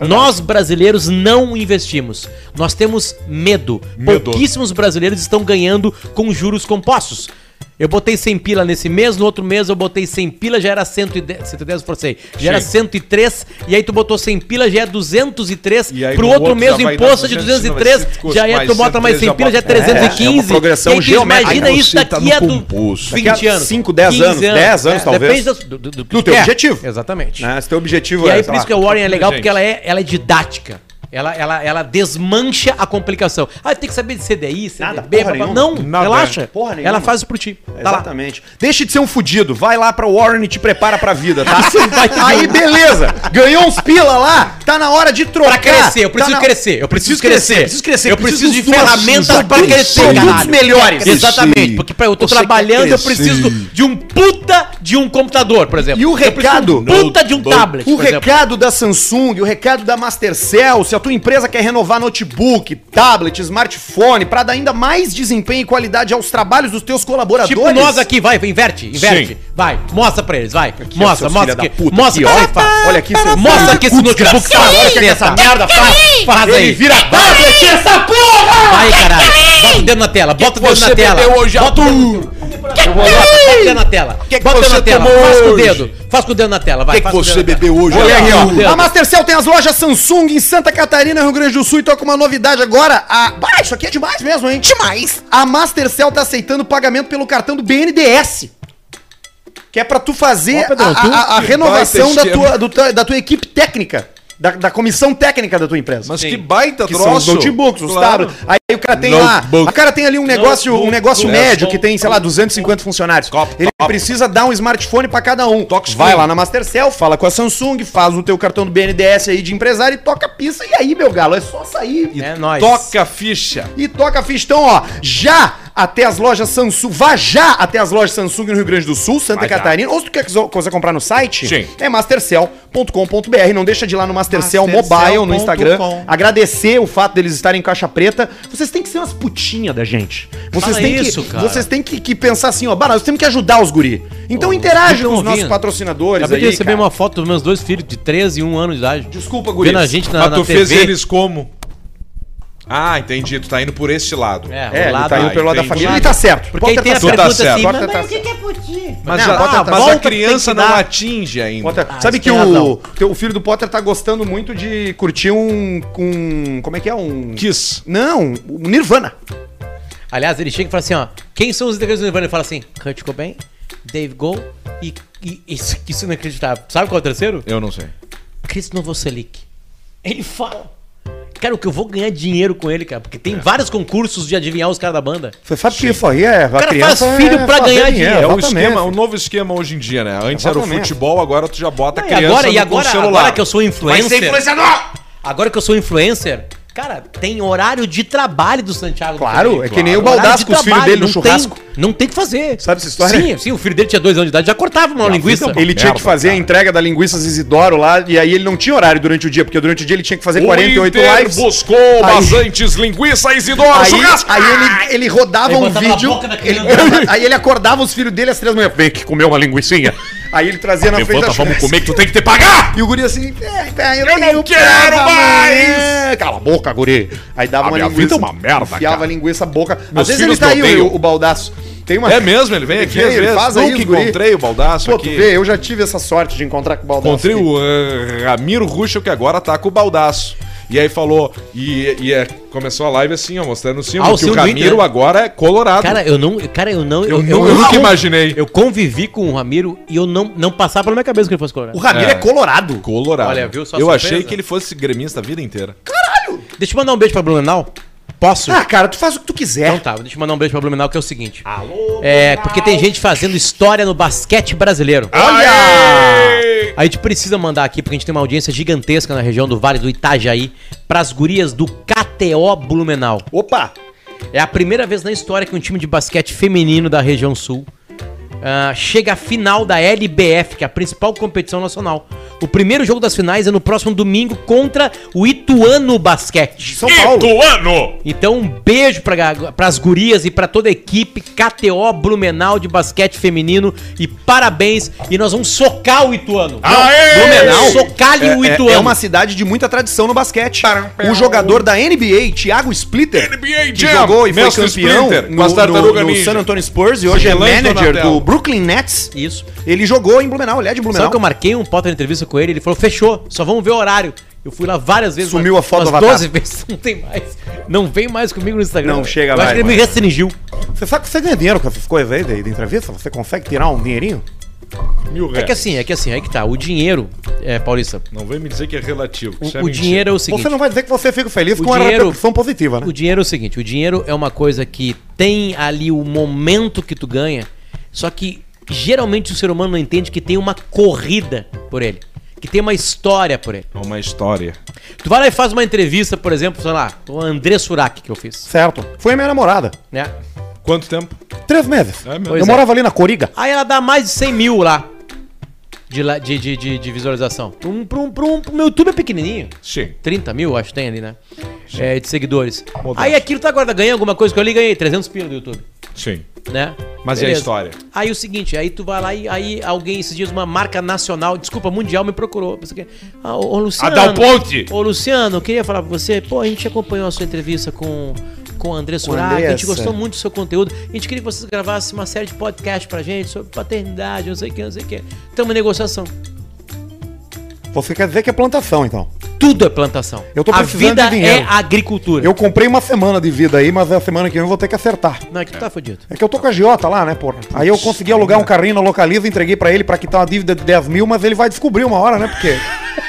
B: Nós brasileiros não investimos. Nós temos medo.
A: Medo.
B: Pouquíssimos brasileiros estão ganhando com juros compostos. Eu botei 100 pila nesse mês, no outro mês eu botei 100 pila, já era 110, 110 eu forcei, já era
A: Sim.
B: 103, e aí tu botou 100 pila, já é 203,
A: E aí,
B: pro
A: no
B: outro,
A: outro
B: mês
A: já
B: o
A: vai
B: imposto
A: dar
B: é de
A: 290,
B: 203,
A: custa
B: já é,
A: mais
B: tu bota mais 100
A: 113,
B: pila, já é
A: já bota-
B: 315.
C: É, é uma progressão
B: E aí tu
C: geométrica.
B: Imagina
A: Aí
B: isso
A: você tá
B: daqui
A: no
B: a do
A: composto.
B: 20 anos.
C: 5, 10
B: 15
C: anos, 10 anos, talvez.
B: Depende do, do, do que tu
C: teu
B: quer.
C: objetivo.
B: Exatamente.
C: Né? Esse teu objetivo
B: E aí,
C: sei
B: por
C: lá,
B: isso que a Warren é legal,
A: gente.
B: porque ela é, ela é didática. Ela, ela, ela desmancha a complicação. Ah, tem que saber de CDI, CDB,
C: Nada, porra
B: papá.
C: nenhuma.
B: Não,
A: Nada.
B: relaxa.
C: Porra nenhuma.
B: ela faz isso pro ti. Tá lá.
C: Exatamente. Deixa de ser um fudido. Vai lá pra Warren e te prepara pra vida, tá?
B: vai ter
C: Aí,
B: jogo.
C: beleza. Ganhou uns pila lá. Tá na hora de trocar.
B: Pra crescer, eu
C: Tá
B: preciso
C: na-
B: crescer, eu preciso crescer.
C: Preciso crescer.
B: Eu preciso de
C: dos nossos
B: ferramentas pra
C: produtos,
B: crescer,
C: Produtos
B: caralho.
C: melhores.
B: Exatamente, porque pra eu tô
C: Você
B: trabalhando,
C: quer
B: eu preciso de um puta de um computador, por exemplo.
C: E o
B: Eu preciso de um
C: recado?
B: puta de um tablet,
C: O
B: por exemplo.
C: recado da Samsung, o recado da Mastercell, se a tua empresa quer renovar notebook, tablet, smartphone, para dar ainda mais desempenho e qualidade aos trabalhos dos teus colaboradores.
B: Tipo nós aqui, vai, inverte, inverte.
A: Sim.
B: Vai, mostra pra eles, vai.
C: ó,
B: mostra,
C: seus
B: mostra que,
C: filha da puta,
B: mostra
C: aqui,
B: que
C: olha.
B: ele faz.
C: Olha aqui, seu
B: Mostra que esse notebook faz, olha que essa merda faz, faz aí.
C: Ele vira tablet essa porra!
B: Vai, caralho. Bota o dedo na tela, bota o dedo na tela. Bota o dedo. Eu vou lá, bota o dedo na tela.
A: que
B: bota o dedo
A: você
B: na tela,
A: tomou
B: faz com o
A: hoje?
B: dedo. Faz com o dedo na tela, vai.
A: que
B: faz com o
A: você
B: dedo na
A: bebeu
B: tela.
A: hoje,
B: Olha aqui,
A: Arthur?
B: ó. o dedo.
C: A Mastercell tem as lojas Samsung em Santa Catarina, Rio Grande do Sul e tá com uma novidade agora. A... Ah, isso aqui é demais mesmo, hein? Demais! A Mastercell tá aceitando pagamento pelo cartão do BNDES. Que é pra tu fazer
B: Ó, Pedrão,
C: a,
B: tu-
C: a- a renovação da
A: baita esquema.
C: tua, do tua- da tua equipe técnica, da, da comissão técnica da tua empresa.
A: Mas que baita
C: que são os
A: troço.
C: notebooks, os
A: Claro.
C: tablets. Aí o cara tem lá,
A: Notebook.
C: o cara tem ali um negócio, um
A: Notebook.
C: negócio
A: É,
C: médio
A: só-
C: que tem, sei lá, 250 funcionários.
A: Top,
C: Ele
A: top.
C: precisa dar um smartphone pra cada um.
A: Toque
C: Vai
A: screen.
C: lá na Mastercell, fala com a Samsung, faz o teu cartão do BNDES aí de empresário e toca a pista. E aí, meu galo, é só sair
B: É nóis.
A: Toca a ficha.
C: e toca fistão, ó, já até as lojas Samsung, vá já até as lojas Samsung no Rio Grande do Sul, Santa
A: Vai já.
C: Catarina, ou se tu quer que você comprar no site,
A: Sim.
C: é mastercell.com.br, não deixa de ir lá no Mastercell Mobile no Instagram,
B: mastercell.com.
C: agradecer o fato deles estarem em caixa preta, vocês têm que ser umas putinhas da gente, vocês
B: Fala
C: têm
B: isso,
C: que,
B: cara.
C: vocês têm que, que pensar assim, ó, bara, nós temos que ajudar os guri, então interage
B: tão
C: com os nossos
B: ouvindo.
C: patrocinadores
B: Acabei de
C: aí,
B: receber
C: cara.
B: uma foto dos meus dois filhos de 13 e 1 ano de idade.
C: desculpa guri,
B: Vendo a gente tá na,
A: Mas
B: na
A: tu
B: TV.
A: fez eles como? Ah, entendi. Tu tá indo por esse lado.
B: É,
C: é,
B: o
C: ele
B: lado
C: tá indo
A: aí,
C: pelo lado da
A: entendi.
C: família, ele tá certo,
B: Porque aí tem a
A: Tu tá
B: pergunta
A: certo.
B: assim,
C: Bota
B: mas,
C: tá
B: mas o que que é putinho?
A: Mas,
C: Não,
A: a,
C: bota-
A: ah, mas
B: volta
A: a
B: que tem
A: criança
B: que
A: não
B: dar.
A: atinge ainda.
C: Potter,
B: Ah,
C: sabe
B: isso
C: que
B: tem
C: o,
B: razão.
C: teu- o filho do Potter tá gostando muito de curtir um. um como é que é? Um.
A: Kiss.
C: Não, um Nirvana.
B: Aliás, ele chega e fala assim, ó. Quem são os integrantes do Nirvana? Ele fala assim, Kurt Cobain, Dave Grohl e... e isso, isso é inacreditável. Sabe qual é o terceiro?
A: Eu não sei.
B: Chris Novoselic. Ele fala. Cara, o que eu vou ganhar dinheiro com ele, cara? Porque tem vários concursos de adivinhar os caras da banda.
C: Você sabe que isso aí é. O
B: cara faz filho pra ganhar dinheiro. um
A: É
C: É
A: o
C: o
A: esquema, o novo esquema hoje em dia, né? Antes era o
C: Exatamente.
A: futebol, agora tu já bota a
B: E
A: Tá criança
B: É, agora, e
A: no-
B: agora,
A: com o celular.
B: agora que eu sou
F: Vai ser
B: influencer,
F: influenciador!
B: agora que eu sou influencer, cara, tem horário de trabalho do Santiago.
C: Claro,
B: também,
C: é que nem o
B: Horário de
C: Baldasco, os filhos
B: trabalho,
C: dele no
B: não
C: churrasco.
B: tem- não tem o que fazer.
C: Sabe essa história?
B: Sim, sim, o filho dele tinha dois anos de idade, já cortava uma linguiça.
C: Ele tinha que fazer a entrega da linguiça Isidoro lá, e aí ele não tinha horário durante o dia, porque durante o dia ele tinha que fazer 48
A: o Inter
C: lives.
A: buscou basantes, linguiça, Isidoro,
C: Aí,
A: churrasco.
C: aí ele, ele rodava
B: Aí
C: um
B: botava na
C: vídeo.
B: boca da
C: ele-
B: criança.
C: aí ele acordava os filhos dele às três da manhã. Vem que comeu uma linguiçinha. Aí ele trazia na frente da churrasqueira.
A: que tu tem que te pagar.
C: E o guri assim, é, é,
F: Eu
C: eu,
F: não
C: tenho
F: quero
C: pra
F: mais!
C: amanhã. Cala a boca, guri. Aí dava
F: A
C: uma
F: minha
C: linguiça.
F: vida é uma merda,
C: Enfiava
F: cara.
C: a linguiça a boca.
A: Meus
C: às vezes ele
A: filhos
C: tá
A: me
C: aí,
A: odeiam.
C: o, o baldaço. Tem uma...
A: É mesmo, ele vem
C: Ele
A: aqui
C: vem,
A: às
C: ele
A: vezes.
C: faz
A: Nunca
C: aí os guri.
A: encontrei o Baldaço
C: Pô, tu
A: aqui.
C: vê, eu já tive essa sorte de encontrar com o baldaço.
A: Encontrei
C: aqui.
A: o ah, Ramiro Ruxo, que agora tá com o Baldaço. E aí falou, e, e é, começou a live assim, ó, mostrando o símbolo,
B: Ah, o
A: que o
B: símbolo do
A: Ramiro
B: Inter, né?
A: agora é colorado.
B: Cara, eu não, cara, eu não,
A: eu, nu- eu nunca imaginei.
B: Eu convivi com o Ramiro e eu não, não passava pela minha cabeça que ele fosse colorado.
C: O Ramiro é,
A: É.
C: colorado.
A: colorado.
B: Olha, viu só a
A: eu
B: surpresa?
A: achei que ele fosse gremista a vida inteira.
B: Deixa eu mandar um beijo pra Blumenau. Posso?
C: Ah, cara, tu faz o que tu quiser.
B: Então tá, deixa eu mandar um beijo pra Blumenau, que é o seguinte. É, porque tem gente fazendo história no basquete brasileiro.
A: Então,
B: A gente precisa mandar aqui, porque a gente tem uma audiência gigantesca na região do Vale do Itajaí, pras gurias do KTO Blumenau.
C: Opa!
B: É a primeira vez na história que um time de basquete feminino da região sul ah, chega à final da LBF, que é a principal competição nacional. O primeiro jogo das finais é no próximo domingo contra o Ituano Basquete.
C: São Paulo.
F: Ituano!
B: Então, um beijo pra, pras gurias e pra toda a equipe KTO Blumenau de basquete feminino. E parabéns. E nós vamos socar o Ituano.
F: Aê!
B: Blumenau. Socar-lhe o
C: É,
B: Ituano.
C: é uma cidade de muita tradição no basquete. O jogador da NBA, Thiago Splitter,
A: NBA
C: que jogou e foi
A: Mestre
C: campeão
A: Splinter, com
C: no,
A: as tartarugas
C: no- no
A: ninja.
C: San Antonio Spurs e hoje é
A: Gelando
C: manager
A: na tela.
C: do Brooklyn Nets.
B: Isso.
C: Ele jogou em Blumenau, ele é de
B: Sabe
C: Blumenau.
B: que eu marquei um pote de entrevista com ele? Ele falou, fechou, só vamos ver o horário. Eu fui lá várias vezes.
C: Sumiu
B: mas-
C: a foto do
B: umas
C: avatar.
B: 12 vezes, não tem mais. Não vem mais comigo no Instagram.
C: Não, chega
B: Eu
C: mais,
B: acho que ele
C: mano.
B: me restringiu.
C: Você sabe que você ganha dinheiro com essas coisas aí de, de entrevista? Você consegue tirar um dinheirinho?
A: Mil
B: É. que
A: reais.
B: assim, é que assim, é que tá. O dinheiro, é, Paulista,
A: Não vem me dizer que é relativo. que
B: o,
A: isso é
B: o
A: mentira.
B: dinheiro é o seguinte.
C: Você não vai dizer que você fica feliz
B: O
C: com a
B: dinheiro-
C: repercussão positiva, né?
B: O dinheiro é o seguinte, o dinheiro é uma coisa que tem ali o momento que tu ganha, só que geralmente o ser humano não entende que tem uma corrida por ele, que tem uma história por ele.
A: É uma história.
B: Tu vai lá e faz uma entrevista, por exemplo, sei lá, o André Surak que eu fiz,
C: Certo. Foi a minha namorada.
B: né?
A: Quanto tempo?
C: Três meses.
A: É mesmo.
C: eu
B: Pois é.
C: morava ali na Coriga.
B: Aí ela dá mais de 100 mil lá de, lá- de, de, de, de visualização. Pra um, pra um, pra um, pro meu YouTube é pequenininho.
A: Sim.
B: 30 mil, acho que tem ali, né? É, de seguidores. Aí aquilo tá agora, ganhei alguma coisa que eu ali, ganhei 300 pila do YouTube.
A: Sim.
B: né?
A: Mas e a história?
B: Aí o seguinte, aí tu vai lá e aí alguém esses dias, uma marca nacional, desculpa, mundial, me procurou. Pensei que- Ah, ô, ô Luciano.
F: Adalponte!
B: Ô Luciano, eu queria falar pra você, pô, a gente acompanhou a sua entrevista com com a Andressa
C: Com a
B: Urach. A gente
C: Andressa.
B: gostou muito do seu conteúdo. A gente queria que vocês gravassem uma série de podcast pra gente sobre paternidade, não sei o que, não sei o que. Estamos em negociação.
C: Vou ficar dizer que é plantação, então.
B: Tudo é plantação.
C: Eu tô
B: a
C: precisando
B: vida
C: de
B: é
C: dinheiro.
B: agricultura.
C: Eu comprei uma semana de vida aí, mas é a semana que vem eu vou ter que acertar.
B: Não, é que tu tá fudido.
C: É que eu tô com a Giota lá, né, porra? Aí eu consegui alugar um carrinho na Localiza, entreguei pra ele pra quitar uma dívida de 10 mil, mas ele vai descobrir uma hora, né? Porque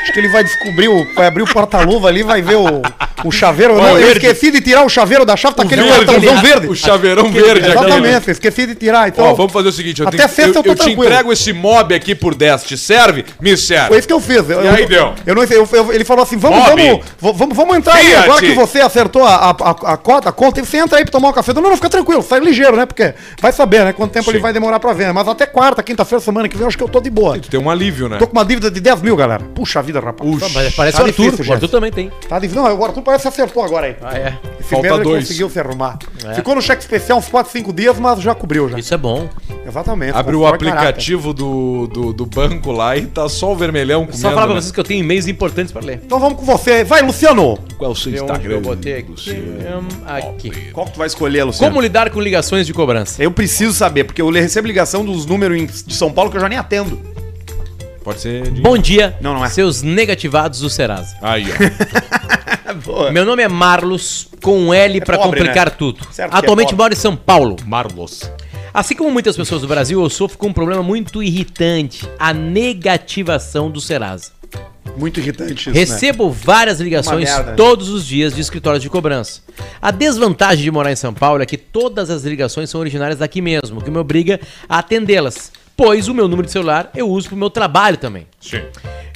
C: acho que ele vai descobrir, o, vai abrir o porta-luva ali, vai ver o, o chaveiro. Não, eu
A: verde. né?
C: esqueci de tirar o chaveiro da chave, tá aquele cartãozão verde.
A: O chaveirão verde aqui. né?
C: Exatamente, esqueci de tirar. Então,
A: Ó, vamos fazer o seguinte, eu,
C: Até
A: tenho-
C: sexta
A: eu,
C: eu tô
A: eu te
C: tranquilo.
A: entrego esse mob aqui por 10, te serve? Me
C: Foi
A: serve.
C: isso que eu fiz. Eu,
A: E aí
C: eu-
A: deu?
C: Eu não sei, eu- eu- ele falou assim: vamos,
A: Bob!
C: vamos, v- vamos, vamos entrar aí.
A: Fiat!
C: Agora que você acertou a, a, a, a cota, a conta, você entra aí pra tomar um café. Eu, Não, não, fica tranquilo, sai ligeiro, né? Porque vai saber, né? Quanto tempo ele vai demorar pra ver. Mas até quarta, quinta-feira, semana que vem, eu acho que eu tô de boa.
A: Tem um alívio, né?
C: Tô com uma dívida de 10 mil, galera. Puxa vida, rapaz.
B: Ah, Mas é parece um
C: tá
B: o Arthur.
C: difícil,
B: o Arthur
C: gente.
B: também tem.
C: Tá dívida. Não, agora tu parece que acertou agora aí.
B: Ah, é.
C: Esse
A: Falta
C: mês ele
A: dois. É.
C: conseguiu se arrumar. Ficou no cheque especial uns 4, 5 dias, mas já cobriu já.
B: Isso é bom.
C: Exatamente.
A: Abre o
C: constrói
A: aplicativo do, do, do banco lá e tá só o vermelhão comendo.
B: Só falar pra
A: né?
B: vocês que eu tenho e-mails importantes pra ler.
C: Então vamos com você. Vai, Luciano.
A: Qual é o seu
B: Vê onde um que
A: Instagram?
B: eu botei aqui. Hum, aqui.
C: Qual que tu vai escolher, Luciano?
B: Como lidar com ligações de cobrança?
C: Eu preciso saber, porque eu recebo ligação dos números em- de São Paulo que eu já nem atendo.
A: Pode ser. de-
B: Bom dia,
C: Não, não é.
B: seus negativados do Serasa.
A: Aí, ó.
B: Meu nome é Marlos, com um L pra
C: pobre,
B: complicar
C: né?
B: tudo.
C: Certo que é
B: Atualmente
C: pobre.
B: moro em São Paulo.
A: Marlos.
B: Assim como muitas pessoas do Brasil, eu sofro com um problema muito irritante: a negativação do Serasa.
C: Muito irritante isso,
B: Recebo várias ligações
C: né? Uma merda. né?
B: todos os dias de escritórios de cobrança. A desvantagem de morar em São Paulo é que todas as ligações são originárias daqui mesmo, o que me obriga a atendê-las, pois o meu número de celular eu uso pro meu trabalho também.
A: Sim.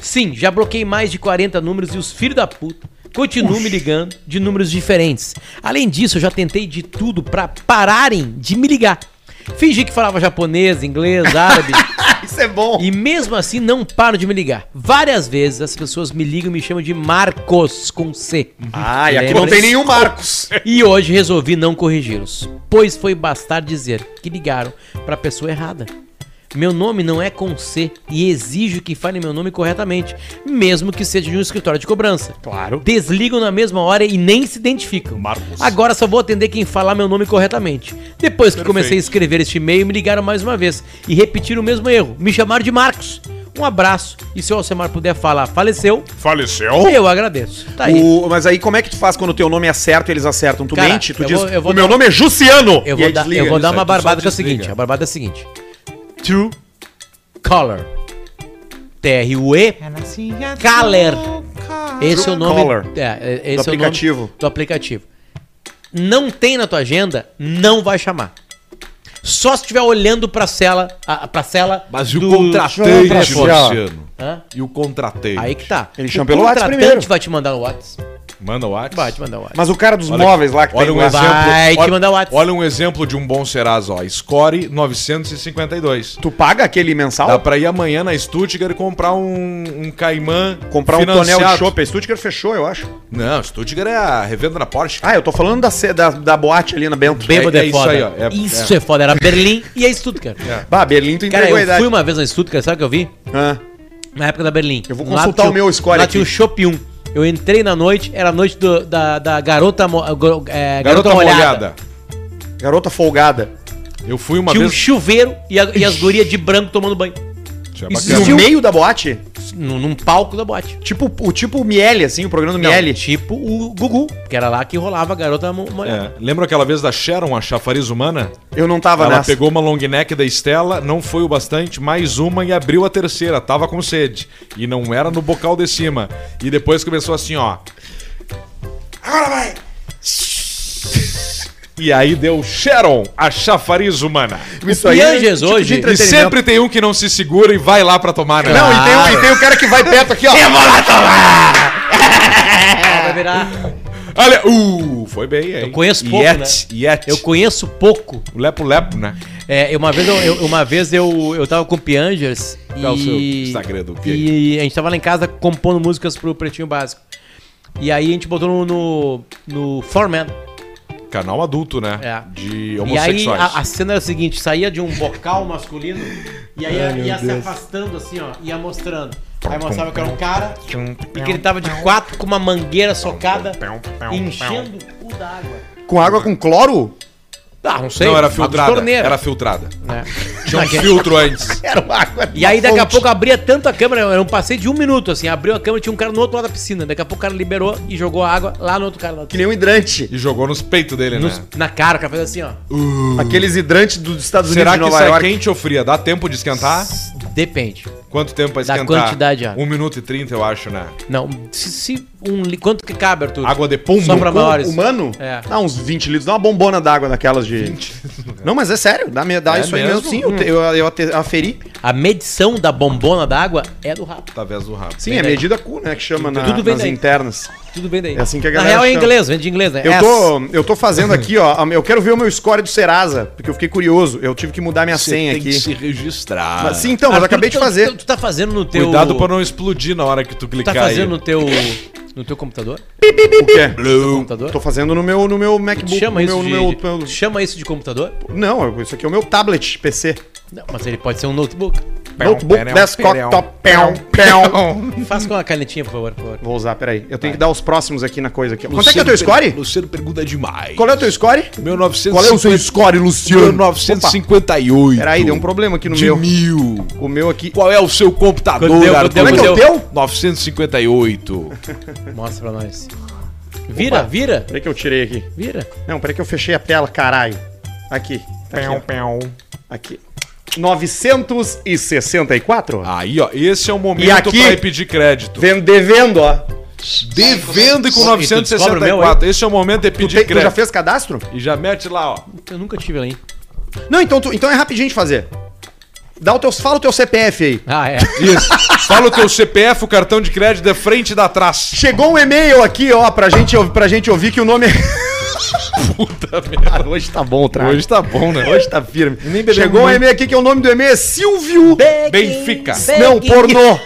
B: Sim, já bloqueei mais de 40 números e os filhos da puta continuam me ligando de números diferentes. Além disso, eu já tentei de tudo pra pararem de me ligar. Fingi que falava japonês, inglês, árabe.
C: Isso é bom.
B: E mesmo assim não param de me ligar. Várias vezes as pessoas me ligam e me chamam de Marcos com C.
C: Ah,
B: e aqui não tem
C: nenhum Marcos.
B: E hoje resolvi não corrigi-los, pois foi bastar dizer que ligaram pra pessoa errada. Meu nome não é com C e exijo que falem meu nome corretamente, mesmo que seja de um escritório de cobrança.
C: Claro.
B: Desligam na mesma hora e nem se identificam.
A: Marcos.
B: Agora só vou atender quem falar meu nome corretamente. Depois que comecei a escrever este e-mail, me ligaram mais uma vez e repetiram o mesmo erro. Me chamaram de Marcos. Um abraço e se o Alcemar puder falar faleceu,
F: Faleceu?
B: eu agradeço. Tá aí.
C: O- mas aí como é que tu faz quando o teu nome é certo e eles acertam? Tu
B: Cara,
C: mente? Tu
B: eu
C: diz,
B: vou- eu vou
C: o meu
B: dar-
C: nome é Jussiano.
B: Eu
C: E
B: vou,
C: aí
B: dar,
C: desliga.
B: eu vou dar uma
A: aí tu só
B: barbada que é o
A: desliga.
B: seguinte, a barbada é a seguinte. True Color. T-R-U-E. Caler. Esse é o nome
C: Color.
B: é, é, esse
C: Do
B: é o nome
C: aplicativo.
B: do aplicativo. Não tem na tua agenda, não vai chamar. Só se estiver olhando pra cela, a, pra cela
A: Mas e o
B: do-
A: contratante,
C: Deixa eu ver.
A: Luciano?
B: Hã?
A: E o contratante?
B: Aí que tá.
C: Ele chama pelo WhatsApp primeiro.
B: vai te mandar o WhatsApp.
A: Manda o WhatsApp.
B: Vai te mandar o WhatsApp.
C: Mas o cara dos
A: Olha-
C: móveis lá que
A: Olha um
C: lá.
A: exemplo.
B: Vai te
A: olha-
B: mandar o WhatsApp.
A: Olha um exemplo de um bom Serasa, ó. Score 952.
C: Tu paga aquele mensal?
A: Dá pra ir amanhã na Stuttgart e comprar um, um caimã
C: Comprar um
A: financiado.
C: tonel de chopp. A Stuttgart fechou, eu acho.
A: Não, Stuttgart é a revenda na Porsche.
C: Ah, eu tô falando da, ce- da, da boate ali na Bento.
B: Bêbado
A: é
B: é,
A: isso
B: foda.
A: aí, ó.
B: Isso,
A: É-
B: é. foda. Era Berlim e é Stuttgart.
C: Bah, Berlim, tu
B: Cara,
C: entregou a
B: eu
C: idade.
B: fui uma vez na Stuttgart, sabe o que eu vi?
C: Ah,
B: Na época da Berlim.
C: Eu vou
B: Lá
C: consultar
B: tinha-
C: o meu score
B: Lá
C: aqui.
B: tinha o Shop 1. Eu entrei na noite, era a noite do- da, da garota, mo, gro- é,
A: Garota, molhada.
C: garota folgada.
A: Eu fui uma
B: tinha um
A: vez.
B: chuveiro e, a- e as gurias de branco tomando banho.
A: Isso é
C: Isso
A: bacana.
C: no meio da boate?
B: Num, num palco da boate.
C: Tipo o tipo Miele, assim, o programa do
B: Não,
C: Miele.
B: Tipo o Gugu, que era lá que rolava a garota mo- molhada.
A: É, Lembra aquela vez da Sharon, a chafariz humana?
C: Eu não tava
A: Ela
C: nessa.
A: pegou uma long neck da Estela, não foi o bastante, mais uma e abriu a terceira. Tava com sede. E não era no bocal de cima. E depois começou assim, ó. Agora vai! E aí deu Sharon, a chafariz humana.
C: Isso
B: Pianges
C: tipo de
B: hoje-
A: E
C: entretenimento.
A: sempre tem um que não se segura e vai lá pra tomar, né?
C: Não, e, tem, o- e tem o cara que vai perto aqui, ó.
A: É.
B: Ah, vai virar-
A: Olha, uh, foi bem, hein?
B: Eu conheço pouco,
C: né?
A: Yet, Yet.
B: Eu conheço pouco.
A: O Lepo Lepo, né?
B: É, eu- uma vez eu, eu- uma vez eu, eu tava com o Piangers e.
A: Qual é o seu Instagram do Piangers?
B: E a gente tava lá em casa compondo músicas pro Pretinho Básico. E aí a gente botou no. no, no Foreman.
A: Canal adulto, né?
B: É.
A: De
B: E aí
A: homossexuais.
B: a, a cena era a seguinte: saía de um bocal masculino e aí ia se afastando assim, ó, ia mostrando. Aí mostrava que era um é cara e que ele tava de quatro com uma mangueira socada, enchendo o cu d'água.
C: Com água com cloro?
B: Ah, não sei. né?
A: não, era
B: água de
A: filtrada.
B: torneira.
A: Era filtrada.
B: É.
A: Tinha um filtro antes.
C: Era uma água.
B: E aí daqui a pouco abria tanto a câmera, era um passeio de um minuto, assim, abriu a câmera, tinha um cara no outro lado da piscina, daqui a pouco o cara liberou e jogou a água lá no outro cara. Lá.
A: É.
C: Que nem um hidrante.
A: E jogou nos peitos dele,
B: Nos-
A: né?
B: na cara, o cara fez assim, ó.
C: Aqueles hidrantes dos Estados Unidos
A: Será
C: de
A: que
C: Nova
B: é
A: sai
C: York.
A: quente ou fria? Dá tempo de esquentar?
B: Depende.
A: Quanto tempo pra
B: Da
A: esquentar?
B: quantidade, já.
A: Um minuto e trinta, eu acho, né?
B: Não, se, se um li- quanto que cabe, Arthur?
A: Água de pombo?
B: Só pra maiores.
C: Hum, Humano?
B: É.
C: Dá uns 20 litros, dá uma bombona d'água daquelas de. Não, mas é sério, dá, me- dá
A: É
C: isso aí mesmo.
A: mesmo?
C: Sim,
B: Hum.
C: eu, te- eu, eu ate- aferi.
B: A medição da bombona d'água é do rato.
A: Através do rabo.
C: Sim,
B: Vem
C: é
B: daí.
C: medida cu, né? Que chama na,
B: Tudo vem
C: nas
B: daí.
C: internas.
B: Tudo bem daí.
C: É assim que a
B: Na
C: galera
B: real é
C: chama.
B: inglês, vem de inglês, né?
C: Eu
B: S.
C: tô, eu tô fazendo aqui, ó. a- Eu quero ver o meu score do Serasa, porque eu fiquei curioso. Eu tive que mudar minha senha aqui.
A: registrar.
C: Mas- sim, então, mas eu
B: Arthur,
C: acabei de
B: tu-
C: fazer.
B: Tu, tu tá fazendo no teu...
A: Cuidado pra não explodir na hora que tu
B: Tu tá
A: clicar
B: fazendo
A: aí.
B: no teu... No teu computador?
C: O quê?
B: computador?
C: Tô fazendo no meu, no meu
B: Tu
C: MacBook.
B: é chama
C: no
B: isso de,
C: meu, no
B: de-
C: meu-
B: tu chama isso de computador?
C: Não, eu- isso aqui é o meu tablet PC.
B: Não, mas ele pode ser um notebook.
C: Notebook, desktop, top, pão, pão.
B: Faz com a canetinha, por favor, por favor.
C: Vou usar, peraí. Eu tenho que dar os próximos aqui na coisa aqui. ó. Quanto é que é o teu score?
A: Luciano pergunta demais.
C: Qual é o teu score?
A: 1950...
C: Qual é o seu score, Luciano?
A: 1958.
C: Peraí, deu um problema aqui no
A: de
C: meu.
A: mil.
C: O meu aqui.
A: Qual é o seu computador, é
B: Quanto deu,
A: Arthur?
B: quanto
C: deu, quanto deu?
A: 958.
B: Mostra pra nós. Vira, vira,
C: Peraí que eu tirei aqui.
B: vira.
C: Não, peraí que eu fechei a tela, caralho. Aqui. Tá Aqui. ó. aqui. 964?
A: Aí, ó, esse é o momento
C: E aqui-
A: pra ir pedir crédito.
C: Vendo, devendo, ó.
A: Devendo e com
B: E tu descobre o meu,
A: 964. Esse é o momento de
C: Tu,
A: pedir
C: tem- tu já
A: crédito.
C: fez cadastro?
A: E já mete lá, ó.
B: Eu nunca tive ali.
C: Não, então, tu- então é rapidinho de fazer. Dá o teu, fala o teu CPF aí.
B: Ah, é.
A: Isso. Fala o teu CPF, o cartão de crédito da frente e da trás.
C: Chegou um e-mail aqui, ó, pra gente, ouv- pra gente ouvir que o nome é.
A: Puta merda.
C: Ah, hoje tá bom o trago.
A: Hoje tá bom, né?
C: Hoje tá firme.
A: Nem bebemos
C: Chegou um
A: muito.
C: e-mail aqui que o nome do e-mail é Silvio.
A: Benfica.
C: Não, pornô.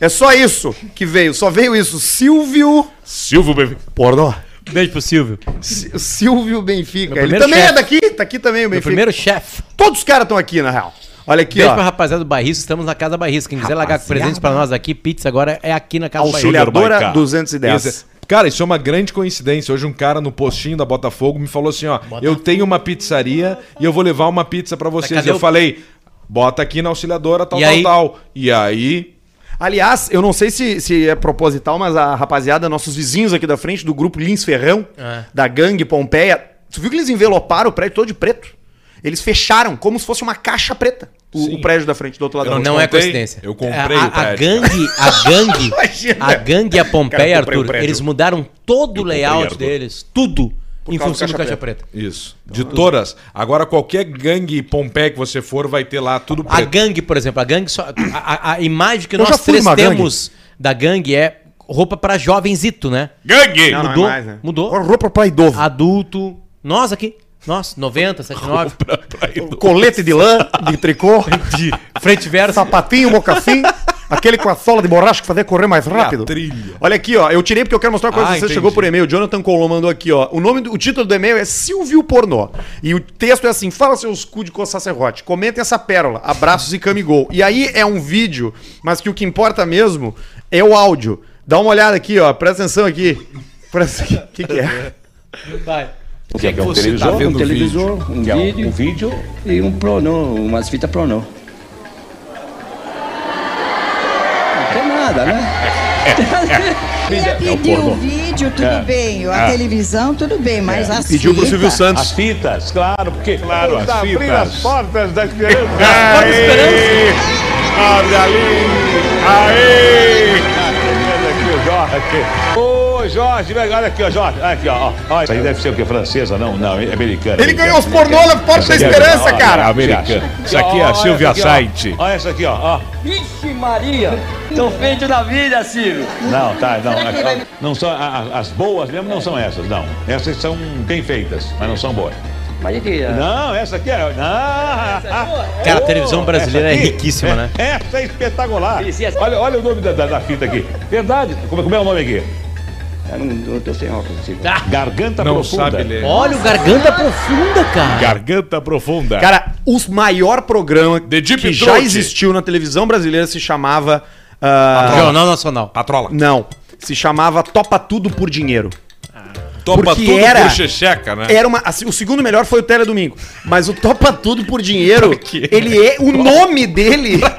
C: É só isso que veio, só veio isso. Silvio.
A: Silvio Benfica.
C: Pornô.
B: Beijo pro Silvio.
C: Si- Silvio Benfica.
B: Meu
C: Ele
B: primeiro
C: também
B: chefe.
C: é daqui, tá aqui também o
B: Meu
C: Benfica.
B: primeiro chefe.
C: Todos os caras estão aqui, na real. Olha aqui,
B: Beijo
C: ó.
B: pra rapaziada do Barrisco, estamos na Casa do Barrisco. Quem quiser largar presente pra nós aqui, pizza agora é aqui na Casa do Barrisco.
C: Auxiliadora
A: Esse-
C: 210.
A: Cara, isso é uma grande coincidência. Hoje um cara no postinho da Botafogo me falou assim, ó, eu tenho uma pizzaria e eu vou levar uma pizza pra vocês.
B: cadê
A: E eu
B: o-
A: falei, bota aqui na auxiliadora tal
B: E
A: tal
B: aí?
A: tal. E aí,
C: Aliás, eu não sei se, se é proposital, mas a rapaziada, nossos vizinhos aqui da frente, do grupo Lins Ferrão,
B: É.
C: da gangue Pompeia, tu viu que eles enveloparam o prédio todo de preto? Eles fecharam, como se fosse uma caixa preta, o, o prédio da frente, do outro lado. da
B: Não,
C: rua.
B: não é
A: comprei,
B: coincidência.
A: eu comprei
B: a,
A: o
B: a
A: prédio,
B: gangue, a gangue,
C: Imagina.
B: a gangue e a Pompeia,
C: Cara, comprei um
B: Arthur,
C: prédio.
B: eles mudaram todo o layout deles, tudo, em
C: causa
B: função
C: do
B: do Caixa
C: Caixa
B: Preta.
A: isso.
C: Então
A: De
C: é
A: todas. Agora qualquer gangue Pompeia que você for vai ter lá tudo
B: A
A: preto.
B: gangue, por exemplo, a gangue só. A, a- a imagem que
C: Eu já
B: nós
C: fui
B: três
C: numa gangue.
B: temos da gangue é roupa pra jovenzito, né?
F: Gangue!
C: Não, não
B: mudou,
C: é mais, né?
B: mudou.
C: Roupa pra idoso.
B: Adulto. Nós aqui. Nós, 90, 79.
C: Colete de lã, de tricô, de
B: Frente versa.
C: sapatinho, mocassim, aquele com a sola de borracha que fazia correr mais rápido.
A: trilha.
C: Olha aqui, ó, eu tirei porque eu quero mostrar uma coisa
A: Ah,
C: que você
A: entendi.
C: chegou por e-mail. Jonathan Colom mandou aqui, ó. O nome do o título do e-mail é Silvio Pornô. E o texto é assim: "Fala seus cu de sacerdote. Comenta essa pérola. Abraços e camigol". E aí é um vídeo, mas que o que importa mesmo é o áudio. Dá uma olhada aqui, ó. Presta atenção aqui. Presta aqui. O que, que é?
B: Vai.
G: O que é que é um
A: Você
G: televisor?
A: tá vendo
G: um
A: o
G: televisor, um
H: Que é um-
G: vídeo,
H: um vídeo.
G: e um pronô, umas fitas pronô. Não tem nada, né?
I: Ele é pediu o vídeo, tudo bem. A televisão, tudo bem. Mas as
C: É. Pediu pro Silvio
I: fitas-
C: Santos.
H: Fitas, claro, porque. Claro, as
F: Abrir as portas da esperança.
B: Porta Esperança.
F: Abre ali. Aê!
H: Ô, Jorge, vem, olha aqui, ó, Jorge. Aqui, ó. ó. Isso aí deve ser o quê? Francesa, não? Não, é americana.
C: Ele ganhou os pornô na Porta da Esperança, cara.
F: Americana. Isso aqui é a Silvia Saite.
H: Olha essa aqui, ó. ó.
G: Ixi, Maria! Tão feito da vida, Silvio!
H: Não, tá, não. é- ó, não são, a- a- as boas mesmo não são essas, não. Essas são bem feitas, mas não são boas.
G: Mas que
H: Não, essa aqui é. ah, Não. é
B: Cara, a televisão brasileira
H: essa
B: é riquíssima, né?
H: é- Essa é espetacular.
G: Esse é-
H: Olha, olha o nome da, da- da fita aqui. Verdade. Como, como é o nome aqui?
G: Eu não, não tô sem óculos, Silvio.
H: Garganta
C: é
A: Não
H: profunda.
A: sabe ler.
B: Olha o garganta profunda, cara.
F: Garganta profunda.
C: Cara, o maior programa
A: The Deep Throat.
C: que já existiu na televisão brasileira se chamava. ah,
B: Jornal Nacional.
A: Patrola.
C: não, se chamava Topa Tudo por Dinheiro.
A: Topa
C: porque
A: tudo
C: era,
A: por checheca, né?
C: era uma, assim, o segundo melhor foi o Teledomingo. Mas o Topa Tudo por Dinheiro, ele é. O nome dele.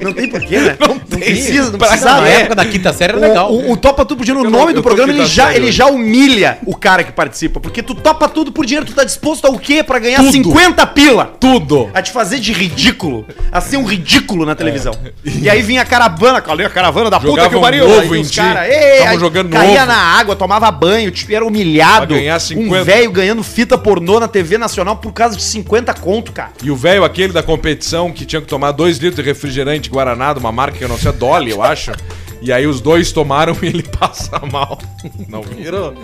C: Não tem porquê, né? Não, precisa, não
B: na
C: precisava. né?
B: época da quinta série É. era
C: O-
B: legal.
C: O, o Topa Tudo por Dinheiro,
A: Eu
C: o
A: não-
C: nome
A: eu
C: do
A: tô
C: programa, ele
A: quinta
C: já,
A: série
C: ele
A: hoje.
C: já humilha o cara que participa. Porque tu topa tudo por dinheiro, tu tá disposto ao quê pra ganhar 50 pila?
A: Tudo.
C: A te fazer de ridículo, a ser um ridículo na televisão. E aí vinha a caravana, calma, a caravana da puta
A: Jogava
C: que o
A: um
C: pariu.
A: É. ovo
C: aí
A: em
C: os
A: ti,
C: cara,
A: tava
C: ei,
A: jogando
C: jogando caía
A: ovo.
C: na água, tomava banho, tipo, era humilhado.
A: Pra ganhar 50.
C: Um velho ganhando fita pornô na TV nacional por causa de 50 conto, cara.
A: E o velho aquele da competição que tinha que tomar dois litros de refrigerante Guaraná, de uma marca que eu não sei, é Dolly, eu acho. E aí os dois tomaram e ele passa mal. Não virou?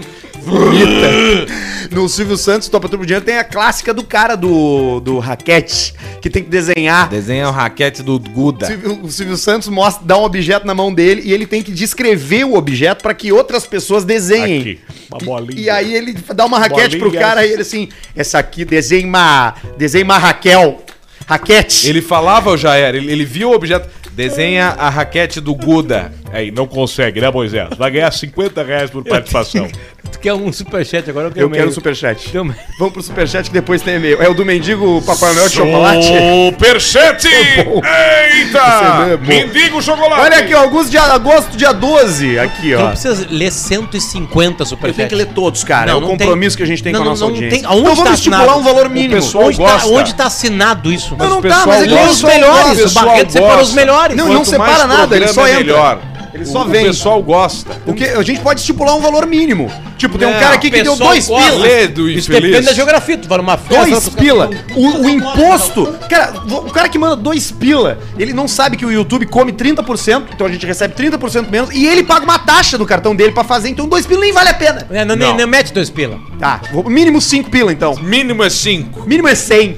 C: No Silvio Santos, Topa Tudo por Dinheiro, tem a clássica do cara do, do raquete, que tem que desenhar.
J: Desenha o raquete do
C: O
J: Guda.
C: Silvio- O Silvio Santos mostra, dá um objeto na mão dele e ele tem que descrever o objeto para que outras pessoas desenhem.
F: Aqui, uma bolinha.
C: E aí ele dá uma raquete pro
F: Bolinhas.
C: cara e ele assim, essa aqui desenha uma, desenha uma Raquel. Raquete.
A: Ele falava, eu já era. Ele, ele viu o objeto. Desenha a raquete do Guda.
F: Aí, não consegue, né, Moisés? Vai ganhar 50 reais por participação.
B: Tu quer um superchat agora?
C: Eu quero
B: um
C: o superchat.
B: Tem um e-mail.
C: Vamos pro superchat que depois tem e-mail. É o do mendigo Papai Noel de chocolate?
F: Superchat!
C: Esse é
F: Eita!
C: bom.
F: Mendigo chocolate!
C: Olha aqui, ó, alguns de agosto, dia 12, aqui,
B: Tu não
C: ó.
B: precisa ler 150 superchats.
C: Eu tenho que ler todos, cara.
B: Não,
C: é o
B: não
C: compromisso
B: tem.
C: que a gente tem
B: Não,
C: com a
B: não,
C: nossa
B: não
C: audiência.
B: tem. Aonde
C: então vamos
B: tá
C: estipular
B: assinado?
C: um valor mínimo.
A: pessoal
B: Onde, tá,
A: gosta.
B: onde tá assinado isso?
C: Não, não
A: o
C: tá, mas é que
A: pessoal
C: tem os
B: os melhores.
C: melhores.
B: O Barreto separa os melhores.
C: Não,
A: Quanto
C: separa
A: mais
C: nada, ele
A: programa,
C: só
A: é
C: entra.
A: Melhor.
C: Ele só
A: o,
C: vem.
A: O pessoal gosta.
C: Porque a gente pode estipular um valor mínimo. Tipo, tem um
A: Não,
C: cara aqui que deu
B: pessoal
C: dois
B: gosta.
C: pila.
A: Lê do
B: Isso depende
A: infeliz.
B: da geografia. Tu vai numa festa...
C: Dois
B: tu-
C: pila. O, o imposto. Cara, vo- o cara que manda dois pila, ele não sabe que o YouTube come 30%, então a gente recebe 30% menos, e ele paga uma taxa do cartão dele pra fazer, então dois pila nem vale a pena.
B: É, não, Nem,
A: Não.
B: nem mete dois pila.
C: Tá, vou- mínimo cinco pila então.
A: Mínimo é 5.
C: Mínimo é 100.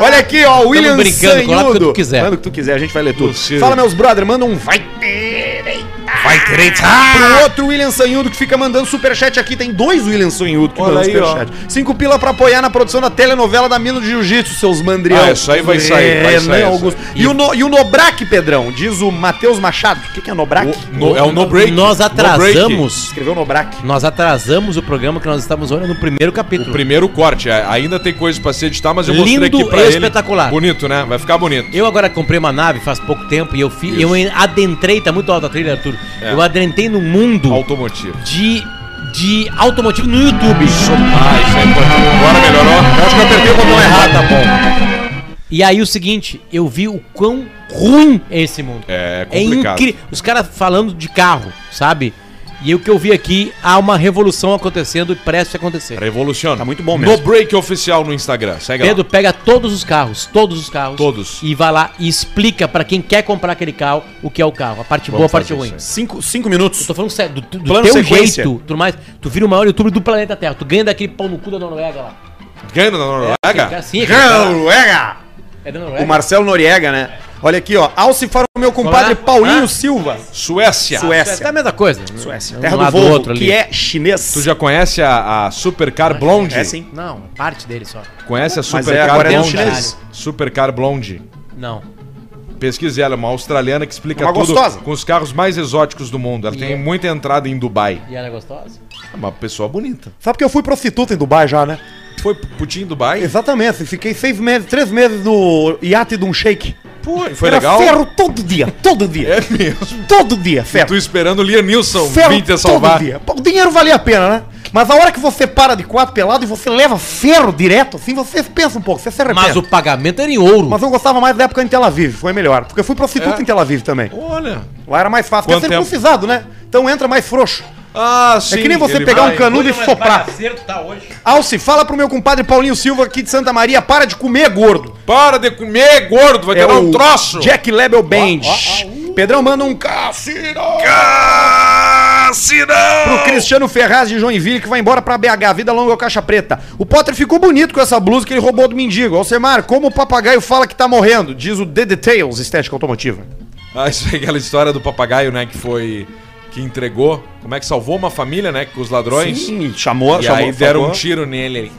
C: Olha aqui, ó, o William
B: brincando, coloca o que tu quiser.
C: Manda o que tu quiser, a gente vai ler tudo.
A: Possível.
C: Fala, meus brother, manda um vai Pro outro William Sanhudo que fica mandando superchat aqui. Tem dois William Sanhudo que
A: Olha
C: mandam
A: aí, ó.
C: superchat. Cinco pila pra apoiar na produção da telenovela da Mina de Jiu-Jitsu, seus mandrião.
A: Ah, isso aí vai sair, vai
C: Renan
A: sair,
C: Augusto. E, o no, e o Nobrak, Pedrão, diz o Matheus Machado. O que, que é Nobrak?
A: O- no- é o no break.
B: Nós
A: No break.
B: atrasamos...
C: Escreveu Nobrak.
B: Nós atrasamos o programa que nós estávamos olhando no primeiro capítulo.
A: O primeiro corte. é, Ainda tem coisa pra se editar, mas eu mostrei
B: Lindo
A: aqui pra
B: e
A: ele.
B: espetacular.
A: Bonito, né? Vai ficar bonito.
B: Eu agora comprei uma nave faz pouco tempo e eu, fi, eu adentrei, tá muito alta a trilha, Arthur.
A: É.
B: Eu adentrei no mundo
A: Automotivo.
B: de, de automotivo no YouTube.
A: Ah, isso é importante. Agora melhorou. Eu acho que eu apertei o botão errado, tá bom.
B: E aí o seguinte, eu vi o quão ruim é esse mundo.
A: É complicado.
B: incri- Os caras falando de carro, sabe? E o que eu vi aqui, há uma revolução acontecendo e prestes a acontecer.
A: Revoluciona.
C: Tá muito bom
A: No break oficial no Instagram. Segue
B: Pedro
A: lá.
B: pega todos os carros, todos os carros.
A: Todos.
B: E vai lá e explica pra quem quer comprar aquele carro o que é o carro. A parte
A: Vamos
B: boa, a parte
A: fazer
B: ruim.
A: isso
C: Cinco, cinco
B: Eu
C: minutos.
B: tô falando sério, do, do
C: Plano
B: teu
C: sequência.
B: jeito, tudo mais. Tu vira o maior youtuber do planeta Terra. Tu ganha daquele pau no cu da Noruega lá.
A: Ganha da Noruega?
B: Assim, é,
C: Noruega!
B: é da
C: O
B: Noruega.
C: Marcelo Noriega, né? Olha aqui, ó. Alce para o meu compadre
B: Olá.
C: Paulinho
B: Ah.
C: Silva.
A: Suécia.
B: É a mesma coisa.
C: Suécia.
B: Um
C: Terra do
B: lado
C: Volvo,
B: outro ali.
C: que é chinês.
A: Tu já conhece a, a Supercar Blonde?
C: É sim.
B: Não, é parte dele só.
A: Conhece a
C: é,
A: Supercar
C: agora é no
A: Blonde?
C: chinês.
A: Supercar Blonde.
B: Não.
A: Pesquise ela, é uma australiana que explica
C: Uma
A: tudo
C: gostosa.
A: com os carros mais exóticos do mundo. Ela tem
B: Yeah.
A: muita entrada em Dubai.
B: E ela é gostosa?
A: É uma pessoa bonita.
C: Sabe que eu fui prostituta em Dubai já, né?
A: Foi pro Putin em Dubai?
C: Exatamente. Fiquei seis meses, três meses no iate de um shake.
A: Pô, e foi
C: Era
A: legal.
C: ferro todo dia, todo dia.
A: É mesmo.
C: Todo dia,
A: E
C: ferro.
A: tu esperando o Liam Nilson
C: ferro
A: vir te salvar.
C: todo dia. Pô, O dinheiro valia a pena, né? Mas a hora que você para de quatro pelado e você leva ferro direto, assim, você pensa um pouco, você se arrepende.
B: Mas o pagamento era em ouro.
C: Mas eu gostava mais da época em Tel Aviv, foi melhor. Porque eu fui prostituta
A: É?
C: em Tel Aviv também.
A: Olha.
C: Lá era mais fácil, porque
A: Quanto
C: é circuncisado, né? Então entra mais frouxo.
A: Ah, sim.
C: é que nem você
A: ele
C: pegar
A: vai.
C: um canudo e soprar. Alce, fala pro meu compadre Paulinho Silva aqui de Santa Maria, para de comer gordo.
A: Para de comer, gordo. Vai
C: É
A: tomar um
C: o
A: troço. Ah,
C: Jack Lebel Band.
A: uh.
C: Pedrão manda um cassino pro Cristiano Ferraz de Joinville que vai embora pra BH. Vida longa ao caixa preta. O Potter ficou bonito com essa blusa que ele roubou do mendigo. Alcemar, como o papagaio fala que tá morrendo? Diz o The Details, estética automotiva.
A: Ah, isso é aquela história do papagaio, né? Que foi. Que entregou. Como é que salvou uma família, né? Com os ladrões.
C: chamou,
A: E
C: chamou.
A: aí deram
C: chamou.
A: um tiro nele.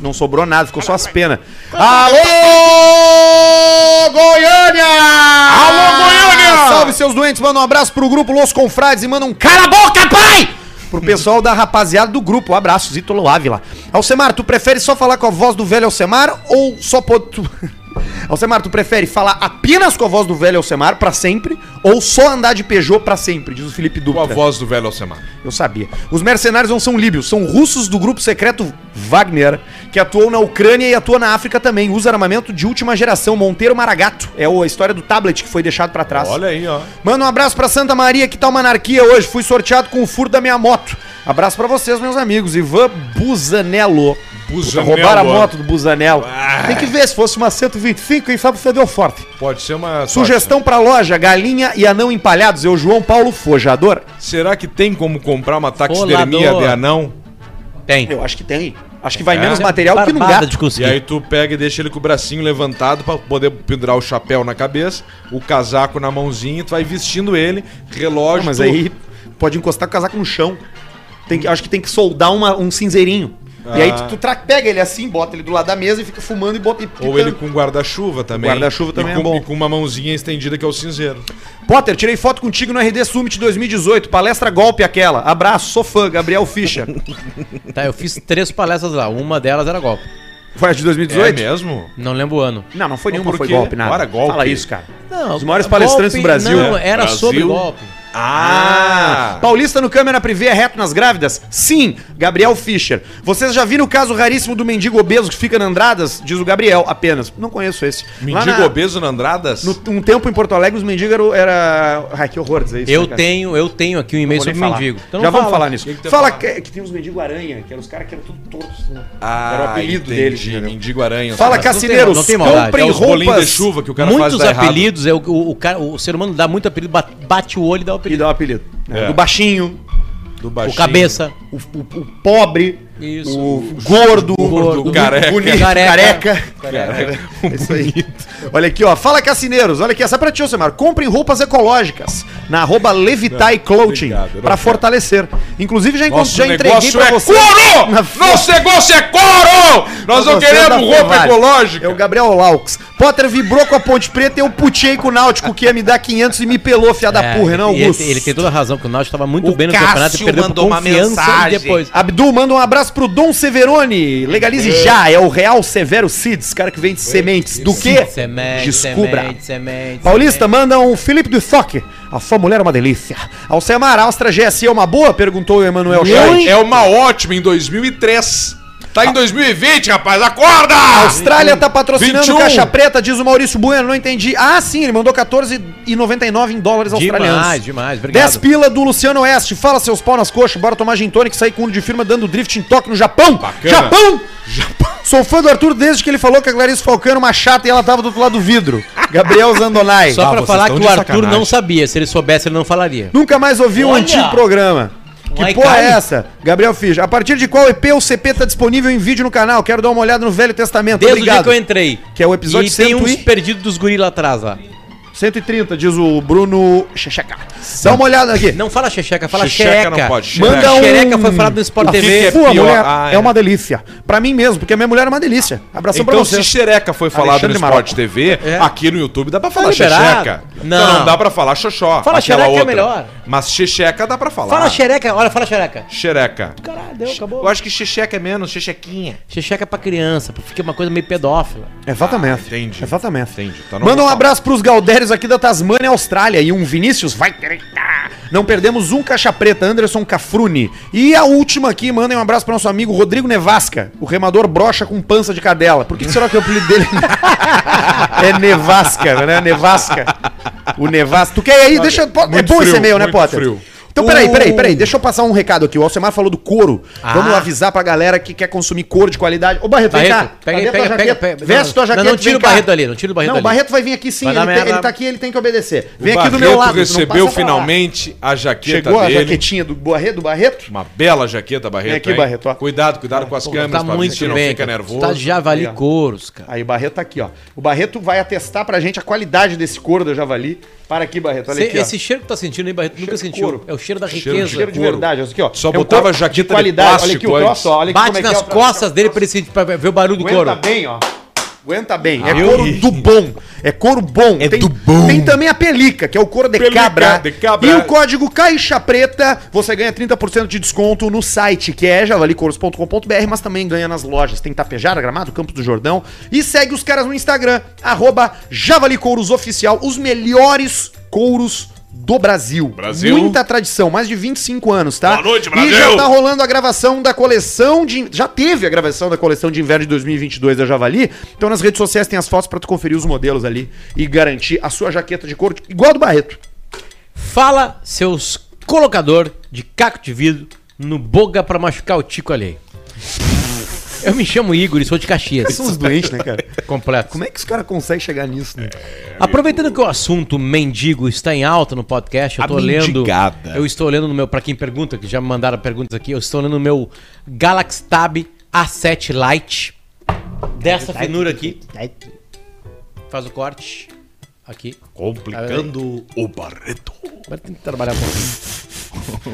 C: Não sobrou nada, ficou só as penas. Alô, Goiânia! Alô, Goiânia! Salve, seu seus doentes, manda um abraço pro grupo Los Confrades e manda um cala a boca, pai! Pro pessoal da rapaziada do grupo. um Abraço, Zítolo Ávila. Alcemar, tu prefere só falar com a voz do velho Alcemar ou só pode. tu- Alcemar, tu prefere falar apenas com a voz do velho Alcemar pra sempre ou só andar de Peugeot pra sempre? Diz o Felipe
A: Com a
C: Dutra.
A: voz do velho Alcemar.
C: Eu sabia. Os mercenários não são líbios, são russos do grupo secreto Wagner, que atuou na Ucrânia e atua na África também. Usa armamento de última geração, Monteiro Maragato. É o- a história do tablet que foi deixado pra trás.
F: Olha aí, ó.
C: Manda um abraço pra Santa Maria, que tá uma anarquia hoje. Fui sorteado com o furo da minha moto. Abraço pra vocês, meus amigos. Ivan Busanello. Puta,
A: Busanello.
C: roubaram a moto do Busanello.
F: Ah.
C: Tem que ver, se fosse uma 125, quem sabe você deu forte.
A: Pode ser uma.
C: Sugestão pra loja, galinha e anão empalhados. Eu, João Paulo Fojador.
A: Será que tem como comprar uma taxidermia
B: Rolador.
A: de anão?
B: Tem.
C: Eu acho que tem. Acho que vai
A: É?
C: menos É um material que num
B: Barbada
C: gato.
B: de
A: E
B: conseguir.
A: aí tu pega e deixa ele com o bracinho levantado pra poder pendurar o chapéu na cabeça, o casaco na mãozinha, e tu vai vestindo ele, relógio.
C: Mas
A: tu-
C: aí pode encostar o casaco no chão. Tem que- acho que tem que soldar uma- um cinzeirinho. E aí tu, tu tra- pega ele assim, bota ele do lado da mesa e fica fumando e bota e
A: Ou
C: picando.
A: ele com guarda-chuva também.
C: Guarda-chuva
A: E
C: também é
A: com,
C: bom.
A: E com uma mãozinha estendida que é o cinzeiro.
C: Potter, tirei foto contigo no RD Summit 2018, palestra golpe aquela. Abraço, sou fã, Gabriel Fischer.
B: Tá, eu fiz três palestras lá. Uma delas era golpe.
C: Foi a de 2018?
A: É mesmo?
B: Não lembro o ano.
C: Não, não foi
A: Mas
C: nenhuma,
A: por
C: foi
A: quê?
C: golpe, nada.
A: Ora, golpe.
C: Fala isso, cara.
B: Não,
C: Os maiores palestrantes do Brasil. né?
B: Não,
A: É.
B: era
A: Brasil.
B: sobre golpe.
C: Ah! Paulista no câmera privê é reto nas grávidas? Sim, Gabriel Fischer. Vocês já viram o caso raríssimo do mendigo obeso que fica na Andradas? Diz o Gabriel, apenas. Não conheço esse. Lá
A: Mendigo
C: na-
A: obeso na Andradas?
C: No, um tempo em Porto Alegre, os mendigos eram. Era... Ai, que horror dizer isso.
B: Eu
C: né, cara?
B: tenho, eu tenho aqui um
C: Não
B: e-mail
C: vou nem
B: sobre
C: falar.
B: mendigo. Então
C: Já
B: não
C: vamos
B: fala.
C: falar nisso.
A: O que que tu
C: Fala
A: fala?
C: que, que tem uns mendigos aranha, que eram os caras que eram tudo tortos, né?
A: Ah,
C: Era o apelido
A: entendi,
C: deles, entendeu?
A: Mendigo aranha.
C: Fala,
A: Mas não tem-
C: Cassineiros,
B: não tem maldade.
A: É
C: comprem
A: os bolinhos de
C: roupas.
A: chuva que o cara faz
B: Muitos
A: dar errado.
B: apelidos, é o, o, o cara, o ser humano dá muito apelido, ba- bate o olho e dá o
C: E
B: apelido.
C: dá o apelido.
A: É.
C: né? Do baixinho,
A: Do
B: O
C: um
A: baixinho.
B: cabeça.
C: o, o- o pobre,
B: Isso.
C: o gordo,
B: O gordo,
A: o careca.
C: bonito,
B: Careca.
C: careca. É isso aí. Olha aqui, ó. Fala, Cassineiros. Olha aqui, essa é pra ti, Alcemar. Comprem roupas ecológicas na arroba Levitai Clothing
A: obrigado, eu não
C: pra
A: quero.
C: fortalecer. Inclusive, já, encon-
A: Nosso
C: já entreguei
A: negócio
C: pra
A: é
C: você.
A: couro!
C: é Na-
A: Nosso negócio é couro! Nós não
C: Pra você da
A: queremos roupa
C: Ferrari.
A: ecológica.
C: É o Gabriel Laux. Potter vibrou com a Ponte Preta e eu putei com o Náutico que ia me dar 500 e me pelou, fiada da
B: É,
C: Tá porra, Renan
B: ele,
C: Augusto.
B: ele tem toda a razão, porque o Náutico estava muito
J: O
B: bem no
J: Cássio
B: campeonato e perdeu por
J: mandou uma
B: confiança e
J: mensagem.
B: depois.
C: Abdul, manda um abraço pro Dom Severone. Legalize já, é o Real Severo Cids, cara que vende sementes. Do quê?
B: Semente,
C: Descubra.
B: semente, semente,
C: Paulista, manda um Felipe do Soque. A sua mulher é uma delícia. Alcemar, a Astra GSI é uma boa? Perguntou o Emanuel Schei.
A: É uma ótima em 2003. Tá em 2020, rapaz. Acorda!
C: A Austrália tá patrocinando
A: 21.
C: Caixa Preta, diz o Maurício Bueno, não entendi. Ah, sim, ele mandou 14,99 em dólares australianos.
B: Demais, demais, obrigado.
C: 10 pila do Luciano Oeste. Fala seus pau nas coxas, bora tomar gin tônica e sair com um de firma dando drift em toque no Japão.
A: Bacana.
C: Japão! Sou fã do Arthur desde que ele falou que a Clarice Falcão era uma chata e ela tava do outro lado do vidro. Gabriel Zandonai.
B: Só pra
A: vocês
B: falar
A: estão
B: que o
A: de
B: Arthur
A: sacanagem.
B: não sabia. Se ele soubesse, ele não falaria.
C: Nunca mais ouvi um
J: Olha!
C: antigo programa. Que
B: Vai,
C: porra é
B: cai.
C: essa? Gabriel Fischer. A partir de qual EP o CP tá disponível em vídeo no canal? Quero dar uma olhada no Velho Testamento.
B: Desde o dia
C: Obrigado.
B: que eu entrei.
C: Que é o episódio
B: E tem
C: 100
B: uns
C: e-
B: perdidos dos guri lá atrás, lá.
C: 130, diz o Bruno Checheca. Dá uma olhada aqui.
B: Não fala xexeca, fala
A: Xexeca
B: xereca.
A: não pode,
C: Manda um...
B: Xereca foi falado no Sport
C: A
B: TV.
C: Sua
A: é pior.
C: mulher
A: Ah,
C: é.
A: é.
C: uma delícia. Pra mim mesmo, porque a minha mulher é uma delícia. Abração pra
A: Então,
C: você.
A: se xereca foi falado
C: Alexandre Tá
A: no
C: Maroto.
A: Sport TV,
B: É.
A: aqui no YouTube dá pra falar
B: liberado.
A: xereca.
B: Não.
A: Então não dá pra falar xoxó.
B: Fala
A: aquela
B: xereca é melhor.
A: Mas xexeca dá pra falar.
B: Fala xereca, olha, fala xereca.
A: Xereca.
B: Caralho, deu,
A: Eu
B: acabou.
A: acho que xexeca é menos, xexequinha.
B: Xexeca é pra criança, porque fica uma coisa meio pedófila.
C: Exatamente.
A: Ah, entendi.
C: Exatamente.
A: Entendi. Então não
C: Manda
A: vou
C: um
A: falar.
C: abraço pros Galdérios aqui da Tasmânia, Austrália. E um Vinícius vai gritar. Não perdemos um caixa preta, Anderson Cafrune. E a última aqui, mandem um abraço pro nosso amigo Rodrigo Nevasca, o remador brocha com pança de cadela. Por que, que será que o apelido dele é Nevasca, né? Nevasca. O Nevasca. Tu quer ir aí? Deixa. po- É
A: muito
C: bom esse
A: frio,
C: e-mail, né,
A: muito
C: Potter?
A: frio.
C: Então, peraí, peraí, peraí. Deixa eu passar um recado aqui. O Alcemar falou do couro. Vamos
A: Ah.
C: avisar pra galera que quer consumir couro de qualidade. Ô, Barreto, vem cá.
B: Barreto, pega aí,
C: Cadê
B: pega,
C: tua
B: pega,
C: jaqueta?
B: pega.
C: Veste tua
B: Não, não,
C: jaqueta.
B: não tira
C: vem
B: o
C: cá.
B: Barreto ali, não tira o Barreto
C: Não, o
B: ali.
C: Barreto vai vir aqui sim.
B: Vai
C: Ele,
B: dar
C: tem-
B: merda.
C: ele tá aqui, ele tem que obedecer.
A: O
C: Vem aqui do meu
A: Barreto
C: lado. tu não
A: recebeu
C: passa pra lá.
A: finalmente a jaqueta
C: Chegou a
A: dele.
C: jaquetinha do Barreto, do Barreto?
A: Uma bela jaqueta, Barreto.
C: aqui,
A: hein?
C: Barreto, ó.
A: Cuidado, cuidado com as
C: é
A: câmeras,
B: Tá muito
A: não
B: bem,
A: fica
B: cara.
A: nervoso.
B: Tá de javali
C: Aí, ó.
B: couros, cara.
C: Aí o Barreto tá aqui, ó. O Barreto vai atestar pra gente a qualidade desse couro da javali. Para aqui, Barreto. Olha
B: Cê-
C: aqui, ó.
B: esse cheiro que tu tá sentindo aí, Barreto, nunca
C: de
B: sentiu.
C: couro.
B: É o cheiro da
A: Cheiro de-
B: riqueza.
C: Cheiro de
A: couro.
C: verdade, olha aqui, ó.
A: Só
C: um
A: botava
C: couro
A: jaqueta de
C: qualidade. Olha
A: plástico
C: aqui o troço,
A: antes.
C: ó. Olha aqui
B: Bate
C: como é que
B: nas
C: é o troço.
B: costas dele pra, ele sentir- pra ver o barulho do
C: Aguenta
B: couro. Ah,
C: bem, ó. Aguenta bem. é
A: eu
C: couro
A: ri.
C: do bom. É couro bom.
E: É
C: tem,
E: do bom.
C: Tem também a pelica, que é o couro de,
A: Pelica
C: cabra.
A: de cabra.
C: E o código Caixa Preta, você ganha 30% de desconto no site, que é javalicouros.com.br, mas também ganha nas lojas. Tem Tapejara, Gramado, Campos do Jordão. E segue os caras no Instagram, arroba javalicourosoficial, os melhores couros do Brasil.
A: Brasil.
C: Muita tradição, mais de 25 anos, tá?
A: Boa noite,
C: E
A: Brasil.
C: já tá rolando a gravação da coleção de. Já teve a gravação da coleção de inverno de 2022 da Javali. Então nas redes sociais tem as fotos pra tu conferir os modelos ali e garantir a sua jaqueta de couro, igual a do Barreto.
B: Fala seus colocador de caco de vidro no boga pra machucar o tico alheio. Eu me chamo Igor e sou de Caxias.
C: São os doentes, né, cara?
B: Completo.
C: Como é que os caras conseguem chegar nisso, né?
A: É.
B: Aproveitando que o assunto mendigo está em alta no podcast, eu
F: A
B: tô lendo.
F: mendigada.
B: Eu estou lendo no meu, pra quem pergunta, que já me mandaram perguntas aqui, eu estou lendo no meu Galaxy Tab A7 Lite. Dessa finura aqui. Faz o corte. Aqui.
F: Complicando o Barreto.
B: Agora tem que trabalhar um pouquinho.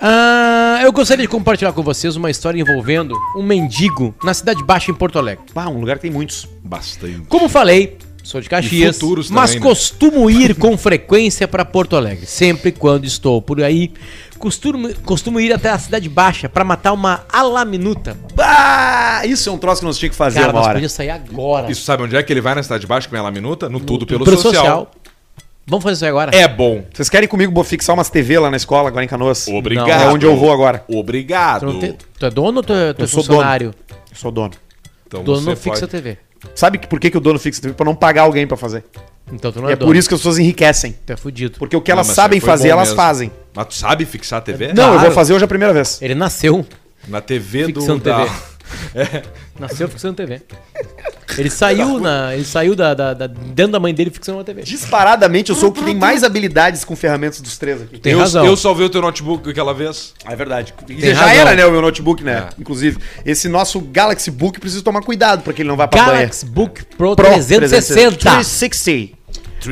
B: Ah, eu gostaria de compartilhar com vocês uma história envolvendo um mendigo na Cidade Baixa, em Porto Alegre.
C: Ah, um lugar que tem muitos.
A: Bastante.
B: Como falei, sou de Caxias,
A: E futuros
B: mas
A: também, né?
B: costumo ir com frequência para Porto Alegre. Sempre quando estou por aí, costumo, costumo ir até a Cidade Baixa para matar uma alaminuta.
C: Ah, isso é um troço que nós tínhamos que fazer
B: Cara,
C: uma
B: nós
C: hora.
B: podíamos sair agora.
A: Isso sabe onde é que ele vai na cidade baixa com ela minuta? No tudo pelo
B: Pro
A: social.
B: Vamos fazer isso aí agora?
A: É bom.
C: Vocês querem comigo bo- fixar umas TV lá na escola, agora em Canoas?
A: Obrigado.
C: É onde eu vou agora.
B: Tu,
A: Obrigado.
B: não tem- tu é dono ou tu é, tu é
C: Eu sou
B: funcionário?
C: Eu sou dono.
A: Então
B: Dono,
A: você
B: fixa
A: pode-
B: TV.
C: Sabe que- por que, que o dono fixa TV? Pra não pagar alguém pra fazer.
B: Então tu não é,
C: E é
B: dono.
C: por isso que as pessoas enriquecem.
B: Tu é fudido.
C: Porque o que
A: Não,
C: elas
A: mas
C: sabem
A: foi bom
C: fazer, elas
A: mesmo.
C: fazem.
A: Mas tu sabe fixar a TV?
C: Não, eu
B: Claro.
C: vou fazer hoje a primeira vez.
B: Ele nasceu
A: Na TV do.
B: fixando
A: da- É.
B: TV. Nasceu fixando TV. Ele saiu, na, ele saiu da, da- da- dentro da mãe dele fixando uma TV.
C: Disparadamente, eu sou o que tem mais habilidades com ferramentas dos três aqui.
B: Tem
A: eu,
B: razão.
A: eu salvei o teu notebook aquela vez.
C: É verdade. E
B: Tem
C: já
B: razão.
C: era, né, o meu notebook,
A: É.
C: né? Inclusive, esse nosso Galaxy Book precisa tomar cuidado pra que ele não vá pra banha.
B: Galaxy Book Pro, 360.
C: 360.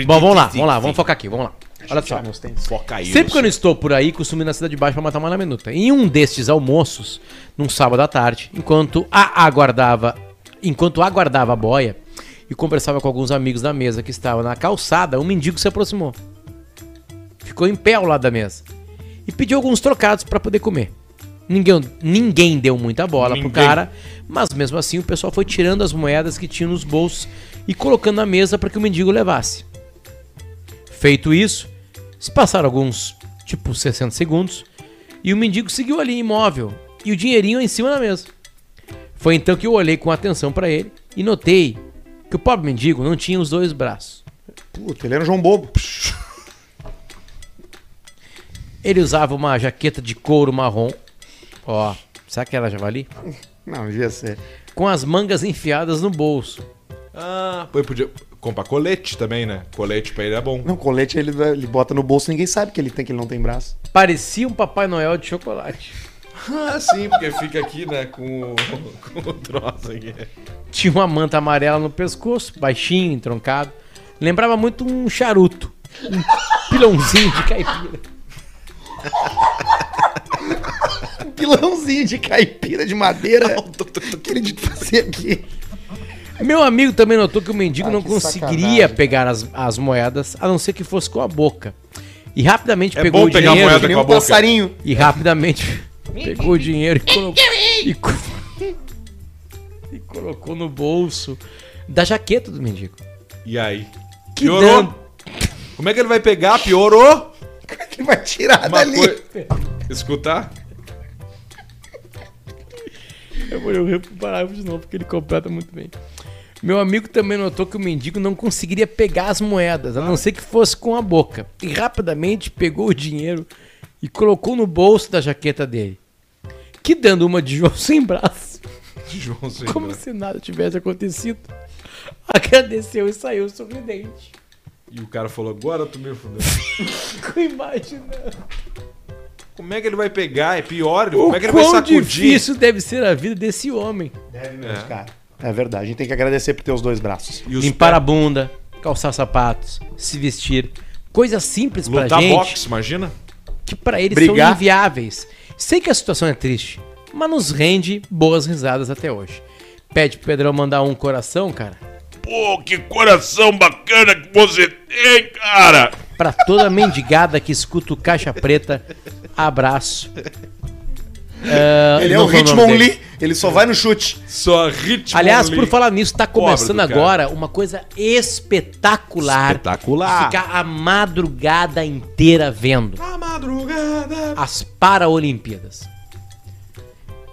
B: Bom, vamos lá, vamos lá, vamos focar aqui, vamos lá. Olha só.
A: Foca aí.
B: Sempre que eu não estou por aí, costumo ir na Cidade Baixa para matar uma laminuta. Em um destes almoços, num sábado à tarde, enquanto a aguardava, enquanto aguardava a boia e conversava com alguns amigos da mesa que estavam na calçada, um mendigo se aproximou. Ficou em pé ao lado da mesa e pediu alguns trocados para poder comer. Ninguém, ninguém deu muita bola
A: Ninguém.
B: pro cara, mas mesmo assim o pessoal foi tirando as moedas que tinha nos bolsos e colocando na mesa para que o mendigo levasse. Feito isso, se passaram alguns, tipo 60 segundos, e o mendigo seguiu ali imóvel, e o dinheirinho em cima da mesa. Foi então que eu olhei com atenção pra ele e notei que o pobre mendigo não tinha os dois braços.
C: Puta, ele era um João Bobo.
B: Ele usava uma jaqueta de couro marrom. Ó, será que era javali?
C: Não, devia ser.
B: Com as mangas enfiadas no bolso.
A: Ah, pô, eu podia comprar colete também, né? Colete pra ele é bom.
C: Não, colete ele, vai- ele bota no bolso, ninguém sabe que ele tem, que ele não tem braço.
B: Parecia um Papai Noel de chocolate.
A: Ah, sim, porque fica aqui, né, com o, com o troço aqui.
B: Tinha uma manta amarela no pescoço, baixinho, entroncado. Lembrava muito um charuto. Um pilãozinho de caipira.
C: Um pilãozinho de caipira de madeira. que ele de fazer aqui.
B: Meu amigo também notou que o mendigo
C: Ah,
B: não
C: que
B: conseguiria
C: sacanagem.
B: pegar as, as moedas, a não ser que fosse com a boca. E rapidamente
A: É
B: pegou
A: bom
B: o
A: pegar a
B: dinheiro.
A: moeda
C: Que nem
A: com a
C: um
A: boca.
C: passarinho.
B: E rapidamente pegou o dinheiro e colocou, e, co- e colocou no bolso da jaqueta do mendigo.
A: E aí?
B: Que
A: piorou?
B: dano.
A: Como é que ele vai pegar? Piorou?
C: Ele vai tirar
A: Uma
C: dali.
A: coi- Escutar?
B: Eu vou eu o parágrafo de novo, porque ele completa muito bem. Meu amigo também notou que o mendigo não conseguiria pegar as moedas, a não ser que fosse com a boca. E rapidamente pegou o dinheiro e colocou no bolso da jaqueta dele. Que dando uma de João sem braço,
A: João sem
B: como assim?
A: braço.
B: se nada tivesse acontecido. Agradeceu e saiu sorridente.
A: E o cara falou, agora tu me fudeu.
B: Fico imaginando.
A: Como é que ele vai pegar? É pior? como
B: O
A: é que ele vai
B: quão
A: sacudir?
B: difícil deve ser a vida desse homem.
C: É verdade, a gente tem que agradecer por ter os dois braços.
A: E os
B: Limpar a bunda, calçar sapatos, se vestir. Coisas simples pra
A: Lutar
B: gente
A: boxe, imagina?
B: que pra eles
C: Brigar.
B: são inviáveis. Sei que a situação é triste, mas nos rende boas risadas até hoje. Pede pro Pedrão mandar um coração, cara.
F: Pô, que coração bacana que você tem, cara!
B: Pra toda mendigada que escuta o Caixa Preta, abraço. Ah,
C: Ele é
B: não
C: o
B: vou
C: Hitmon
B: nome dele.
C: Lee, ele só vai no chute.
A: Só ritmo.
B: Aliás,
A: ali.
B: por falar nisso, tá começando
A: Pobre do
B: agora uma coisa espetacular.
F: Espetacular.
B: Ficar a madrugada inteira vendo.
A: A madrugada.
B: as Paralimpíadas.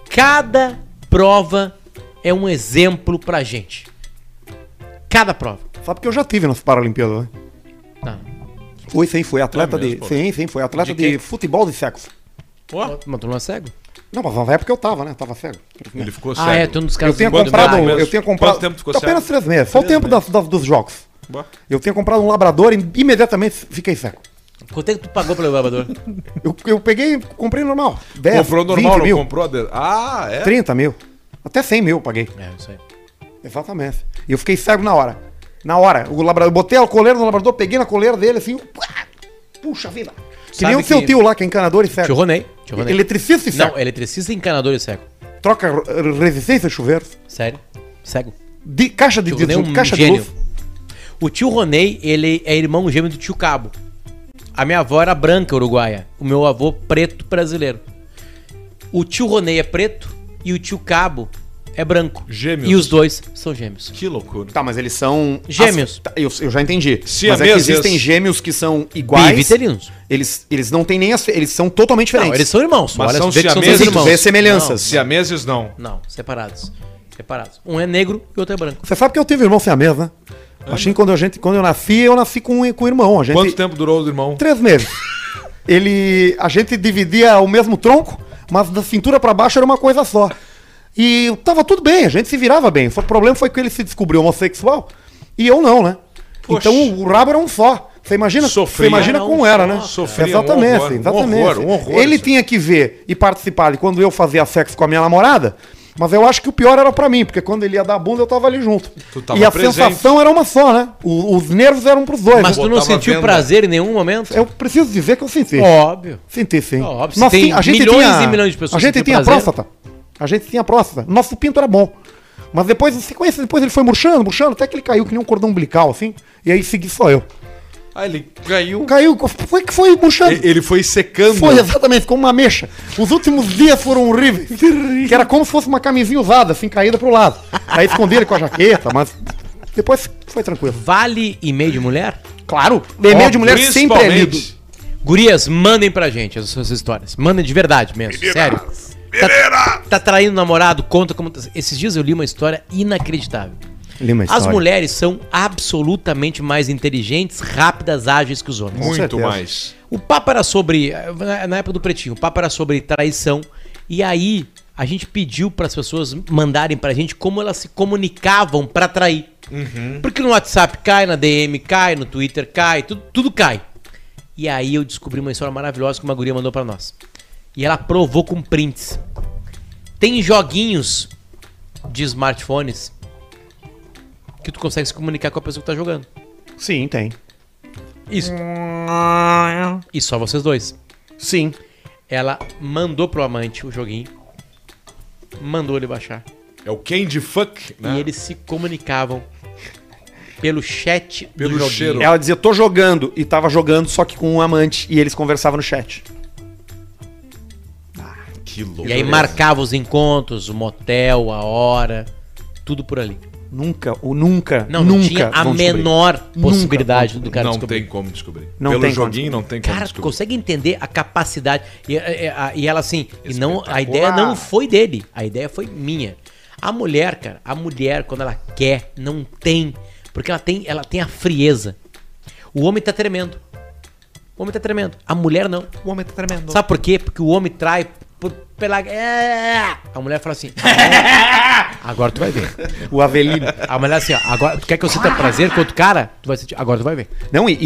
B: Cada prova é um exemplo pra gente. Cada prova.
C: Fala porque eu já tive na Paralimpíada, né?
B: Tá. é
C: Foi, sim, foi atleta de. Sim, sim, foi atleta de, futebol de cegos.
B: Mas tu não é cego?
C: Não, mas na época eu tava, né? Tava cego.
A: Ele ficou
B: Ah, é, tu é um dos
C: Eu
B: caras
C: tinha
B: do-
A: Quanto
C: comprado.
A: tempo?
C: Eu tinha comprado.
A: Quanto tempo tu ficou cego?
C: Apenas três meses. Foi o tempo das- das- dos jogos.
A: Boa.
C: Eu tinha comprado um labrador e imediatamente fiquei cego.
B: Quanto é que tu pagou pelo elevador?
C: Eu, eu peguei, comprei normal.
B: É,
C: 10,
A: Comprou normal,
C: 20
A: não
C: mil,
A: comprou a dedo. Ah, é?
C: 30 mil. Até 100 mil eu paguei.
B: é, isso aí.
C: Exatamente. E eu fiquei cego na hora. Na hora. O labrador, eu botei a coleira do labrador, peguei na coleira dele assim. pá, Puxa vida. Que
B: Sabe
C: nem o
B: que-
C: seu tio lá, que é encanador e cego.
B: Churronei. Churronei.
C: Eletricista e cego.
B: Não, é- eletricista, encanador e cego.
C: Troca eh, resistência de chuveiro.
B: Sério? Cego.
C: De, caixa de,
B: Tio
C: de,
B: Ronei é um
C: caixa de
B: gênio.
C: luz.
B: O tio Ronei, ele é irmão gêmeo do tio Cabo. A minha avó era branca uruguaia. O meu avô, preto brasileiro. O tio Ronei é preto e o tio Cabo é branco.
A: Gêmeos.
B: E os dois são gêmeos.
A: Que loucura.
C: Tá, mas eles são.
B: Gêmeos.
C: as- tá, eu, eu já entendi.
A: Se
C: mas
A: é
C: é que
A: mesmo,
C: existem
A: esse-
C: gêmeos que são iguais.
B: Biviterinos.
C: Eles, eles não têm nem as. Eles são totalmente diferentes.
B: Não, eles são irmãos.
A: Mas
B: Olha,
A: são
B: vê que
A: siameses?
B: dois
A: Sim, tu
B: irmãos.
C: vê semelhanças.
A: Se a meses, não.
B: Não, não, separados. Separados. Um é negro e o outro é branco.
C: Você sabe que eu tive irmão sem a mesa, né? Assim, quando, a gente, quando eu nasci, eu nasci com, com o irmão. A gente,
A: Quanto tempo durou o irmão?
C: Três meses. Ele, a gente dividia o mesmo tronco, mas da cintura pra baixo era uma coisa só. E tava tudo bem, a gente se virava bem. Só O problema foi que ele se descobriu homossexual e eu não, né?
A: Poxa.
C: Então o rabo era um só. Você imagina, você
A: Sofria.
C: imagina
A: Era um
C: como era, né?
A: só, sofria,
C: exatamente,
A: um horror, um
C: exatamente.
A: horror, um horror
C: ele
A: isso.
C: tinha que ver e participar de quando eu fazia sexo com a minha namorada, mas eu acho que o pior era pra mim, porque quando ele ia dar a bunda eu tava ali junto.
A: Tu tava
C: e a
A: presente.
C: sensação era uma só, né? O- os nervos eram pros dois.
B: Mas
C: né?
B: tu não
A: Botava
B: sentiu
A: venda.
B: prazer em nenhum momento?
C: Eu preciso dizer que eu senti.
B: Óbvio.
C: Senti, sim.
B: Ó, óbvio, se
C: Nós
B: tem
C: ti- a gente
B: milhões
C: tinha,
B: e milhões de pessoas
C: A gente
B: que
C: tinha
B: têm prazer.
C: próstata. A gente tinha próstata. Nosso pinto era bom. Mas depois, você conhece, depois ele foi murchando, murchando, até que ele caiu que nem um cordão umbilical, assim. E aí segui só eu.
A: Ah, ele caiu.
C: Caiu, foi que foi murchando.
A: E- Ele foi secando.
C: Foi é exatamente, como uma ameixa. Os últimos dias foram horríveis. que era como se fosse uma camisinha usada, assim, caída pro lado. Aí esconderam com a jaqueta, mas depois foi tranquilo.
B: Vale e-mail de mulher?
C: Claro, e-mail de mulher sempre é lido.
A: Principalmente-
B: Gurias, mandem pra gente as suas histórias. Mandem de verdade mesmo, sério. Tá, tá traindo namorado, conta como. tá- Esses dias eu li uma história inacreditável.
C: Li uma
B: As
C: história.
B: mulheres são absolutamente mais inteligentes, rápidas, ágeis que os homens.
A: Muito
C: certeza.
A: mais.
B: O papo era sobre. na- Na época do Pretinho, o papo era sobre traição. E aí, a gente pediu para as pessoas mandarem pra gente como elas se comunicavam pra trair. Porque no WhatsApp cai, na DM cai, no Twitter cai, tudo, tudo cai. E aí eu descobri uma história maravilhosa que uma guria mandou pra nós. E ela provou com prints. Tem joguinhos de smartphones que tu consegue se comunicar com a pessoa que tá jogando.
C: Sim, tem.
B: Isso. E só vocês dois.
C: Sim.
B: Ela mandou pro amante o joguinho. Mandou ele baixar.
A: É o Candy Fuck, né?
B: E eles se comunicavam pelo chat do
A: Pelo
B: joguinho.
A: cheiro.
C: Ela dizia, tô jogando, e tava jogando só que com um amante, e eles conversavam no chat.
A: Que louco.
B: E aí marcava os encontros, o motel, a hora, tudo por ali.
C: Nunca, ou nunca,
B: Não,
C: nunca
B: não tinha a
C: vão descobrir.
B: menor
C: Nunca
B: possibilidade do cara
A: Não
B: descobrir.
A: tem como descobrir.
C: Não
A: Pelo
C: tem como
A: joguinho não tem como
B: Cara, tu
A: descobrir.
B: consegue entender a capacidade. E, e- a- e ela assim, e não, a
A: Espetacular.
B: ideia não foi dele, a ideia foi minha. A mulher, cara, a mulher, quando ela quer, não tem. Porque ela tem, ela tem a frieza. O homem tá tremendo. O homem tá tremendo. A mulher não.
C: O homem tá tremendo.
B: Sabe por quê? Porque o homem trai por- pela. É. A mulher fala assim. Agora tu vai ver.
C: O Avelino.
B: A mulher assim, ó, agora tu quer que eu sinta prazer com outro cara? Tu vai sentir. Agora tu vai ver.
C: Não, e, e,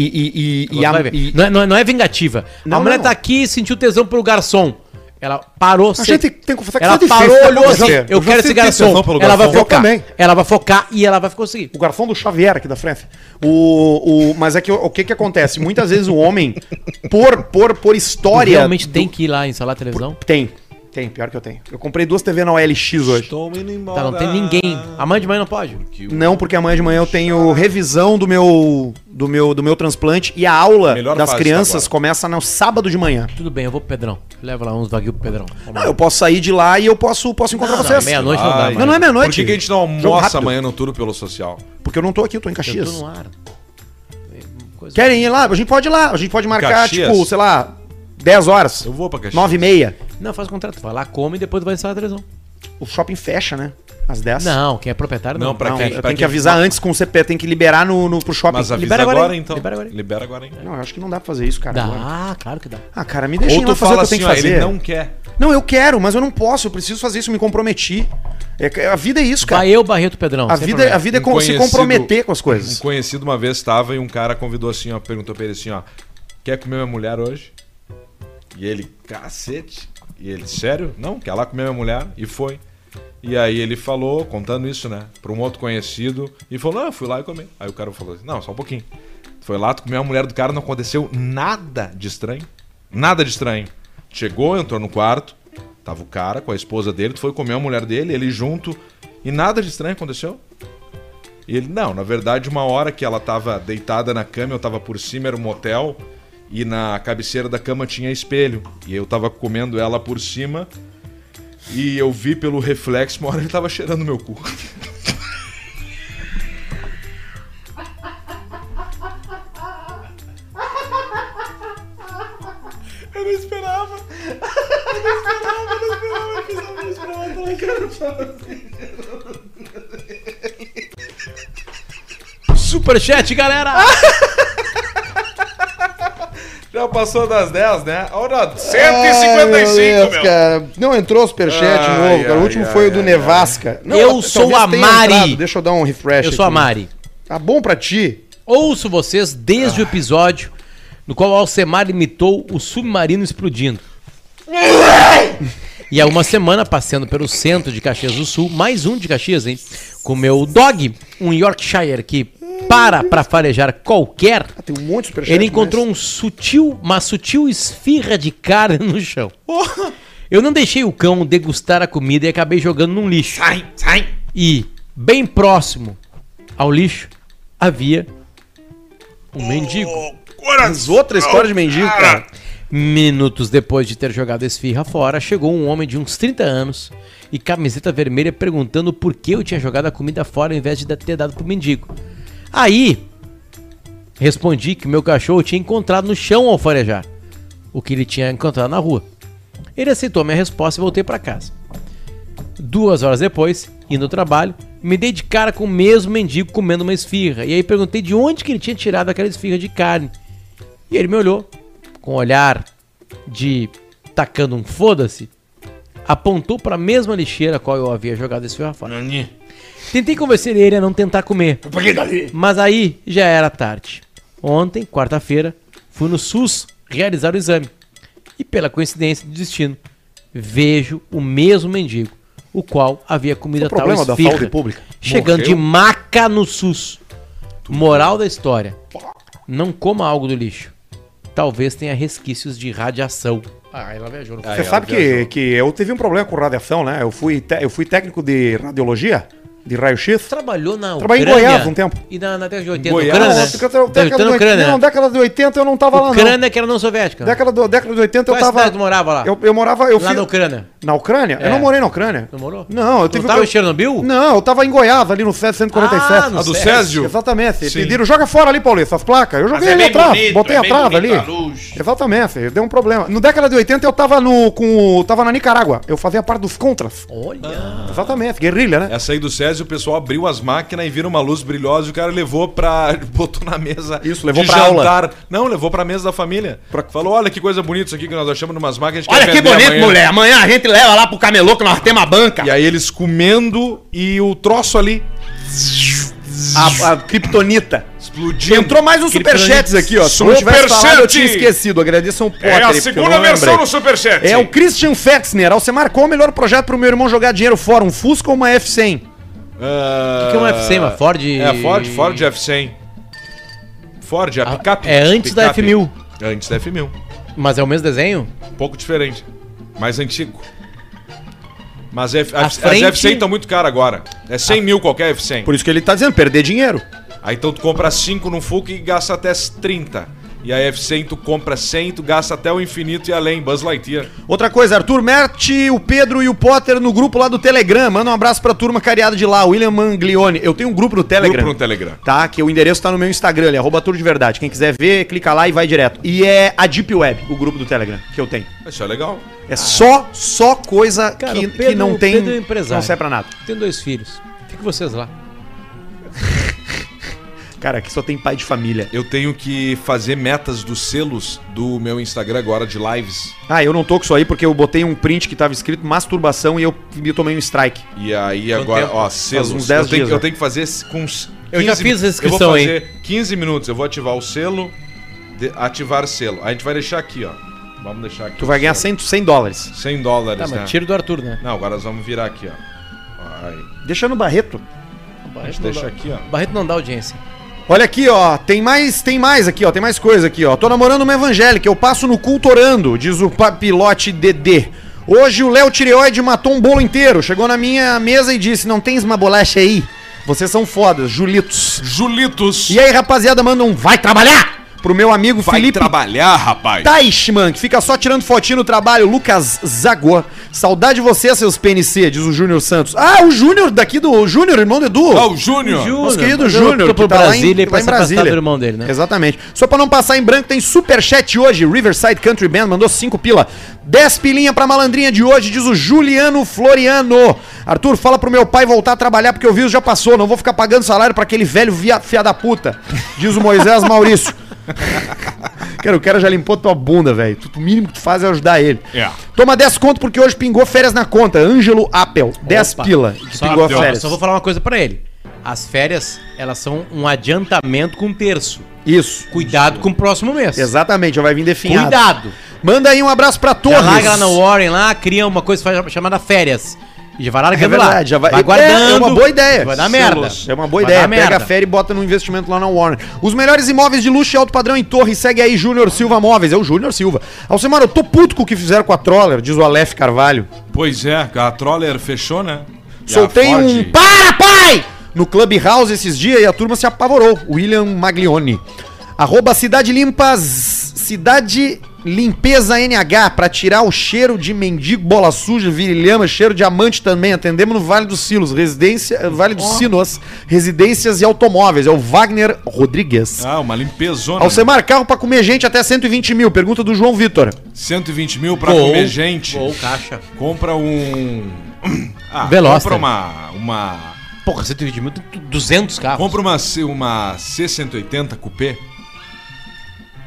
C: e,
B: Agora
C: e, e,
B: tu vai
C: a,
B: ver.
C: e
B: não, é, não é- não é vingativa.
C: Não,
B: a mulher
C: não.
B: tá aqui e sentiu tesão pelo garçom. Ela parou. se-
C: gente tem que confessar que
B: Ela
C: isso é difícil,
B: parou,
C: tá,
B: olhou
C: pra
B: assim.
C: dizer.
B: Eu
C: Eu
B: quero esse
A: senti tesão
B: garçom.
A: pelo
B: Ela vai
A: garçom.
B: focar.
C: Eu também.
B: Ela vai focar e ela vai assim, conseguir.
C: o garçom do Xavier aqui da frente. O, o, mas é que o, o que que acontece? Muitas vezes o homem, por, por, por história...
B: Realmente
C: do-
B: tem que ir lá instalar a televisão?
C: Tem. Tem, pior que eu tenho. Eu comprei duas TV na OLX hoje.
A: Estou indo embora.
B: Tá, não tem ninguém. Amanhã de manhã não pode.
C: Não, porque amanhã de manhã eu tenho revisão do meu do meu do meu transplante e a aula
A: Melhor
C: das
A: fase tá
C: crianças
A: agora.
C: começa no sábado de manhã.
B: Tudo bem, eu vou pro Pedrão. Leva lá uns vaguinho pro Pedrão.
C: Ah, eu posso sair de lá e eu posso posso encontrar vocês.
B: Meia-noite não dá,
A: Ai,
B: mano.
C: Não, não é meia-noite.
A: Por que, que a gente não
C: Jogo
A: almoça
C: rápido.
A: amanhã no Tudo pelo Social?
C: Porque eu não tô aqui, eu tô em
B: Eu
C: Caxias.
B: tô no ar. É, Coisa-
C: Querem ir lá? A gente pode ir lá. A gente pode marcar,
A: Caxias?
C: tipo, sei lá, 10 horas.
A: Eu vou pra Caxias.
C: 9 e meia.
B: Não, faz o contrato. Vai lá, come e depois vai sair a televisão.
C: O shopping fecha, né? Às 10.
B: Não, quem é proprietário não.
A: Não, pra
C: Não,
A: quem?
C: eu
A: pra
C: tenho que
A: quem-
C: avisar antes com o CP, tem que liberar no, no, pro shopping.
A: Mas avisa
B: Libera
A: agora,
B: agora, hein?
A: então.
B: Libera agora, hein?
A: Libera agora, hein?
C: então. Não, eu acho que não dá pra fazer isso, cara. agora.
B: Dá, claro que dá.
C: Ah, cara, me deixa
A: Ou
C: ir lá
A: tu
C: fazer o
A: fala
C: que eu tenho
A: assim,
C: que
A: ó,
C: fazer.
A: ele não quer.
C: Não, eu quero, mas eu não posso. Eu preciso fazer isso, me comprometi. É que a vida é isso, cara.
B: Vai eu, Barreto Pedrão.
C: a,
B: sem
C: vida, a
B: problema.
C: vida é
A: Um
C: com- se
A: conhecido-
C: comprometer com as
A: Um
C: coisas.
A: conhecido uma vez estava e um cara convidou assim, ó, perguntou pra ele assim, ó, quer comer minha mulher hoje? E ele, cacete. E ele, sério? Não, quer lá comer minha mulher? E foi. E aí ele falou, contando isso, né, pra um outro conhecido, e falou, não, eu fui lá e comi. Aí o cara falou assim, não, só um pouquinho. Foi lá, tu comeu a mulher do cara, não aconteceu nada de estranho. Nada de estranho. Chegou, entrou no quarto, tava o cara com a esposa dele, tu foi comer a mulher dele, ele junto, e nada de estranho aconteceu. E ele, não, na verdade, uma hora que ela tava deitada na cama, eu tava por cima, era um motel, e na cabeceira da cama tinha espelho. E eu tava comendo ela por cima, e eu vi pelo reflexo, uma hora ele tava cheirando meu cu.
B: Superchat, galera!
A: Já passou das 10, né? Olha,
F: 155, meu.
C: cara. Não entrou o superchat
A: Ai, ai, ai, ai,
C: Nevasca. Não,
B: Eu
C: talvez
B: sou a
C: tenha
B: Mari.
C: Deixa eu dar um refresh
B: Eu sou a
C: aqui.
B: Mari.
C: Tá bom pra ti?
B: Ouço vocês desde o episódio no qual Alcemar imitou o submarino explodindo. E há uma semana, passeando pelo centro de Caxias do Sul, mais um de Caxias, hein? Com meu dog, um Yorkshire que para pra farejar qualquer,
C: Ah, tem um monte de superchat.
B: ele encontrou um sutil, uma sutil esfirra de carne no chão. Eu não deixei o cão degustar a comida e acabei jogando num lixo.
F: Sai, sai.
B: E bem próximo ao lixo havia um mendigo.
F: Ô, coração.
C: Mas outra história de mendigo, cara.
B: Minutos depois de ter jogado a esfirra fora, chegou um homem de uns 30 anos e camiseta vermelha perguntando por que eu tinha jogado a comida fora ao invés de da- ter dado pro mendigo. Aí, respondi que meu cachorro tinha encontrado no chão ao farejar o que ele tinha encontrado na rua. Ele aceitou minha resposta e voltei pra casa. Duas horas depois, indo ao trabalho, me dei de cara com o mesmo mendigo comendo uma esfirra. E aí perguntei de onde que ele tinha tirado aquela esfirra de carne. E ele me olhou com um olhar de tacando um foda-se, apontou para a mesma lixeira a qual eu havia jogado esse ferro fora. Tentei convencer ele a não tentar comer, mas aí já era tarde. Ontem, quarta-feira, fui no SUS realizar o exame e, pela coincidência do destino, vejo o mesmo mendigo, o qual havia comido a
C: O
B: tal
C: problema da
B: esfirra,
C: saúde pública.
B: chegando de
A: Morreu?
B: maca no SUS. Moral da história: não coma algo do lixo. Talvez tenha resquícios de radiação. Ah, ela viajou no
C: Você sabe que, que eu tive um problema com radiação, né? Eu fui, te- eu fui técnico de radiologia, de raio-x.
B: Trabalhou na
C: Trabalhei em Goiás um tempo.
B: E na, na década de 80.
A: Goiás?
B: Ucrânia, né?
C: Nossa, eu tra-
B: Não,
C: década
B: então
C: de oit-
B: Ucrânia.
C: Não, década de 80 eu não tava lá, não.
B: Ucrânia que era não soviética.
C: Década, do, década de 80
B: é- Qual
C: eu tava.
B: cidade tu morava lá?
C: Eu, eu morava. Eu
B: lá
C: fui-
B: na Ucrânia.
C: Na Ucrânia?
B: É.
C: Eu não morei na Ucrânia.
B: Não morou?
C: Não, eu
B: Tu
C: tive.
B: tava
C: eu-
B: em Chernobyl?
C: Não, eu tava em Goiás, ali no Césio 147.
B: Ah, no
A: A do Césio?
C: Exatamente.
A: Sim.
C: Pediram, joga fora ali, Paulista, as placas. Eu joguei
F: é
C: ali
F: bem
C: atrás,
F: bonito,
C: botei
F: é bem
C: atrás
F: bonito
C: ali.
F: a luz.
C: Exatamente, deu um problema. No década de 80 eu tava no. Com, o- tava na Nicarágua. Eu fazia parte dos contras.
B: Olha.
C: Exatamente, guerrilha, né?
A: Essa aí do Césio, o pessoal abriu as máquinas e viram uma luz brilhosa e o cara levou pra. botou na mesa.
C: Isso, levou pra aula.
A: Não, levou pra mesa da família. Falou: olha que coisa bonita isso aqui que nós achamos numas máquinas. a gente
J: Olha que
A: quer vender
J: bonito,
A: amanhã."
J: mulher. Amanhã a gente leva lá pro camelô que nós temos a banca.
A: E aí eles comendo e o troço ali
C: A, a Kryptonita.
A: explodindo.
C: Entrou mais um superchats aqui, ó. Se eu não tivesse
F: Superchat!
C: falado, eu tinha esquecido. Agradeço ao Potter.
F: É a
C: porque eu
F: segunda
C: não
F: versão
C: lembrei.
F: do Superchat.
C: É o Christian Fetzner. Alcemar, qual o melhor projeto pro meu irmão jogar dinheiro fora? Um Fusca ou uma F100?
A: O
B: que é uma F100, uma Ford-
A: É, Ford, Ford F100. Ford, é a picape.
B: é antes da
A: Picape.
B: F1000.
A: É antes da F1000.
B: Mas é o mesmo desenho?
A: Um pouco diferente. Mais antigo. Mas F-
B: A
A: as
B: frente-
A: F100 estão muito caras agora. É 100 mil qualquer F100.
C: Por isso que ele tá dizendo, perder dinheiro.
A: Aí então tu compra 5 num Fuca e gasta até 30. E a F100 tu compra 100 tu gasta até o infinito e além. Buzz Lightyear.
C: Outra coisa, Arthur, mete o Pedro e o Potter no grupo lá do Telegram. Manda um abraço pra turma cariada de lá, William Manglione. Eu tenho um grupo no Telegram.
A: Grupo no Telegram.
C: Tá? Que o endereço tá no meu Instagram, ele é arroba Arthur de verdade. Quem quiser ver, clica lá e vai direto. E é a Deep Web, o grupo do Telegram que eu tenho.
A: Isso é legal.
C: É só, só coisa
B: Ah. Cara,
C: que,
B: o Pedro-
C: que não
B: o
C: tem.
B: Pedro é empresário.
C: Não serve pra nada.
B: Tenho dois filhos. Fiquem vocês lá.
C: Cara, aqui só tem pai de família.
A: Eu tenho que fazer metas dos selos do meu Instagram agora de lives.
C: Ah, eu não tô com isso aí porque eu botei um print que tava escrito masturbação e eu me tomei um strike.
A: E aí agora,
B: tempo?
A: ó, selos.
C: uns 10
A: eu, tenho,
C: dias,
A: que- eu
C: né?
A: tenho que fazer s- com uns
B: Eu já
A: 15
B: fiz essa
A: Eu vou
B: inscrição, hein?
A: fazer 15 minutos. Eu vou ativar o selo, de- ativar selo. A gente vai deixar aqui, ó. Vamos deixar aqui.
C: Tu
A: o
C: vai ganhar
A: selo.
C: 100, 100 dólares.
A: 100 dólares,
B: Tá,
A: né?
B: mas tiro do Arthur, né?
A: Não, agora nós vamos virar aqui, ó. Ó, Aí.
C: Deixa no Barreto.
A: A gente deixa aqui, ó.
B: Barreto não dá audiência.
C: Olha aqui, ó, tem mais, tem mais aqui, ó, tem mais coisa aqui, ó. Tô namorando uma evangélica, eu passo no culto orando, diz o papilote Dedê. Hoje o Léo Tireoide matou um bolo inteiro, chegou na minha mesa e disse, não tens uma bolacha aí? Vocês são fodas, Julitos.
A: Julitos
C: E aí, rapaziada, manda um vai trabalhar pro meu amigo
A: vai
C: Felipe Tá,
A: trabalhar, rapaz.
C: Teichmann, que fica só tirando fotinho no trabalho. Lucas Zagua. Saudade de você, seus PNC, diz o Júnior Santos. Ah, o Júnior daqui do o Júnior, irmão do Edu.
A: Ó, Tá Ah, o Júnior.
C: Nosso
B: Júnior,
C: querido
B: mas eu
C: Júnior,
B: tô pro
C: que tá lá em-
B: Brasília e
C: que tá em
B: passa pra
C: Brasília.
B: casa do irmão dele, né?
C: Exatamente. Só pra não passar em branco, tem superchat hoje. Riverside Country Band mandou 5 pila. 10 pilinha pra malandrinha de hoje, diz o Juliano Floriano. Arthur, fala pro meu pai voltar a trabalhar porque o vírus já passou. Não vou ficar pagando salário pra aquele velho via, fia da puta, diz o Moisés Maurício. Cara, o cara já limpou tua bunda, velho. Tu- O mínimo que tu faz é ajudar ele.
F: É.
C: Toma 10 conto porque hoje pingou férias na conta. Ângelo Appel, 10
B: Opa.
C: pila. Que
B: Só,
C: pingou a
B: só-
C: férias.
B: só vou falar uma coisa pra ele. As férias, elas são um adiantamento com um terço.
C: Isso.
B: Cuidado com o próximo mês.
C: Exatamente, já vai vir definhado.
B: Cuidado.
C: Manda aí um abraço pra
B: Já
C: Torres.
B: larga lá na Warren, lá, cria uma coisa fa- chamada férias. E já vai largando
C: É
B: lá.
C: verdade, já vai- É,
B: guardando.
C: é uma boa ideia.
B: Vai dar merda.
C: É uma boa
B: Vai
C: ideia.
B: dar
C: Pega a
B: merda.
C: fera e bota no investimento lá na Warner. Os melhores imóveis de luxo e alto padrão em torre. Segue aí, Júnior Silva Móveis. É o Júnior Silva. Alcimar, eu tô puto com o que fizeram com a Troller, diz o Aleph Carvalho.
A: Pois é, a Troller fechou, né? E
C: Soltei
A: a Ford-
C: um para, pai! No Clubhouse esses dias e a turma se apavorou. William Maglione. Arroba Cidade Limpas. Cidade Limpeza NH pra tirar o cheiro de mendigo, bola suja, virilhama, cheiro de amante também. Atendemos no Vale dos Silos, residência, eh, Vale dos Sinos, residências e automóveis. É o Wagner Rodrigues.
A: Ah, uma limpezona.
C: Alcemar, carro pra comer gente até 120 mil. Pergunta do João Vitor.
A: 120 mil pra
B: Gol.
A: comer gente.
B: Gol, caixa.
A: Compra um. Ah,
B: Veloster.
A: compra uma. uma...
B: Porra, 120 mil, 200 carros.
A: Compra uma, C- uma C180 Coupé.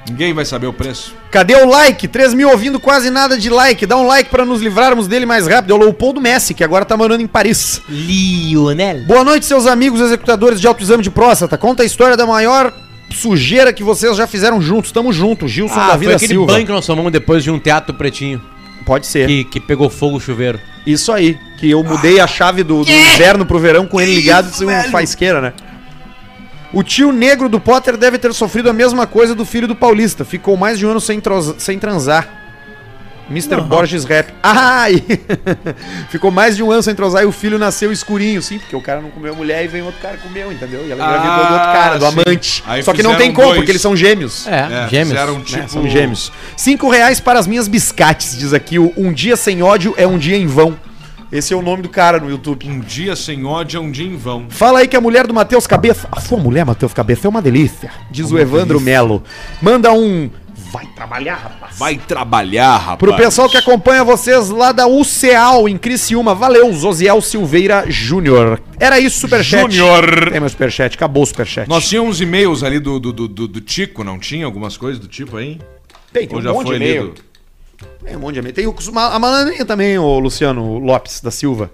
A: Ninguém vai saber o preço.
C: Cadê o like? 3 mil ouvindo quase nada de like. Dá um like pra nos livrarmos dele mais rápido. É o Leopoldo Messi, que agora tá morando em Paris.
B: Lionel.
C: Boa noite, seus amigos executadores de autoexame de próstata. Conta a história da maior sujeira que vocês já fizeram juntos. Tamo junto, Gilson
B: Ah,
C: da
B: foi
C: Vida
B: aquele
C: Silva.
B: banho que nós tomamos depois de um teatro pretinho.
C: Pode ser.
B: Que, que pegou fogo o chuveiro.
C: Isso aí. Que eu mudei a chave do, do inverno pro verão com ele ligado e um faisqueira, né? O tio negro do Potter deve ter sofrido a mesma coisa do filho do Paulista. Ficou mais de um ano sem, tros- sem transar. Mr. Borges Rap. Ai! Ficou mais de um ano sem transar e o filho nasceu escurinho. Sim, porque o cara não comeu a mulher e veio outro cara comeu, entendeu? E ela engravidou do outro
A: Ah,
C: cara, do
A: sim.
C: amante.
A: Aí
C: Só que não
A: fizeram
C: tem como,
A: dois.
C: porque eles são gêmeos.
B: É, gêmeos.
A: Fizeram tipo.
C: Né, são gêmeos. Cinco reais para as minhas biscates, diz aqui. O um dia sem ódio é um dia em vão. Esse é o nome do cara no YouTube.
A: Um dia sem ódio é um dia em vão.
C: Fala aí que a mulher do Matheus Cabeça. A sua mulher, Matheus Cabeça, é uma delícia. Diz o Evandro Melo. Manda um. Vai trabalhar, rapaz.
A: Vai trabalhar, rapaz.
C: Pro pessoal que acompanha vocês lá da UCEAL em Criciúma. Valeu, Zosiel Silveira Júnior. Era isso, Superchat.
F: Júnior.
C: Tem meu Superchat, acabou o Superchat.
A: Nós tínhamos e-mails ali do, do, do, do- do Tico, não tinha? Algumas coisas do tipo aí?
C: tem, tem um
A: Ou já foi lido?
C: Tem um monte de e-mail. Tem o, a malandrinha também, o Luciano Lopes da Silva.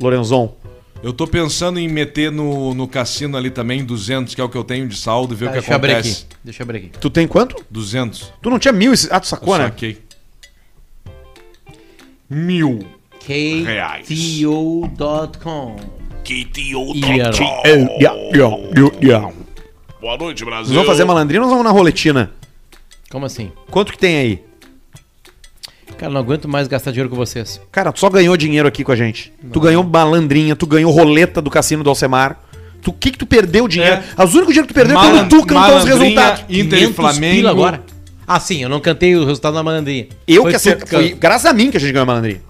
C: Lorenzon.
A: Eu tô pensando em meter no, no cassino ali também 200, que é o que eu tenho de saldo, e ver
B: Tá,
A: o que
B: deixa eu abrir aqui.
A: acontece.
B: Deixa eu abrir aqui.
C: Tu tem quanto?
A: 200.
C: Tu não tinha mil? esse- Ah, tu
A: Eu
C: sacou, né?
A: saquei. Mil.
B: KTO.com
F: KTO
B: Yeah.
F: Boa noite, Brasil.
C: Nós vamos fazer malandrinha ou nós vamos na roletina?
B: Como assim?
C: Quanto que tem aí?
B: Cara, não aguento mais gastar dinheiro com vocês.
C: Cara, tu só ganhou dinheiro aqui com a gente. Tu ganhou malandrinha, tu ganhou roleta do cassino do Alcemar. Tu, o que que tu perdeu dinheiro? O único dinheiro que tu perdeu é quando
A: Malan-
C: tu cantou os
A: malandrinha,
C: resultados.
A: Inter e
B: 500
A: Flamengo.
B: pila agora. Ah, sim, eu não cantei o resultado da malandrinha.
C: Eu
B: Foi
C: que
B: tu
C: acertei.
B: can-
C: Foi graças a mim que a gente ganhou a malandrinha.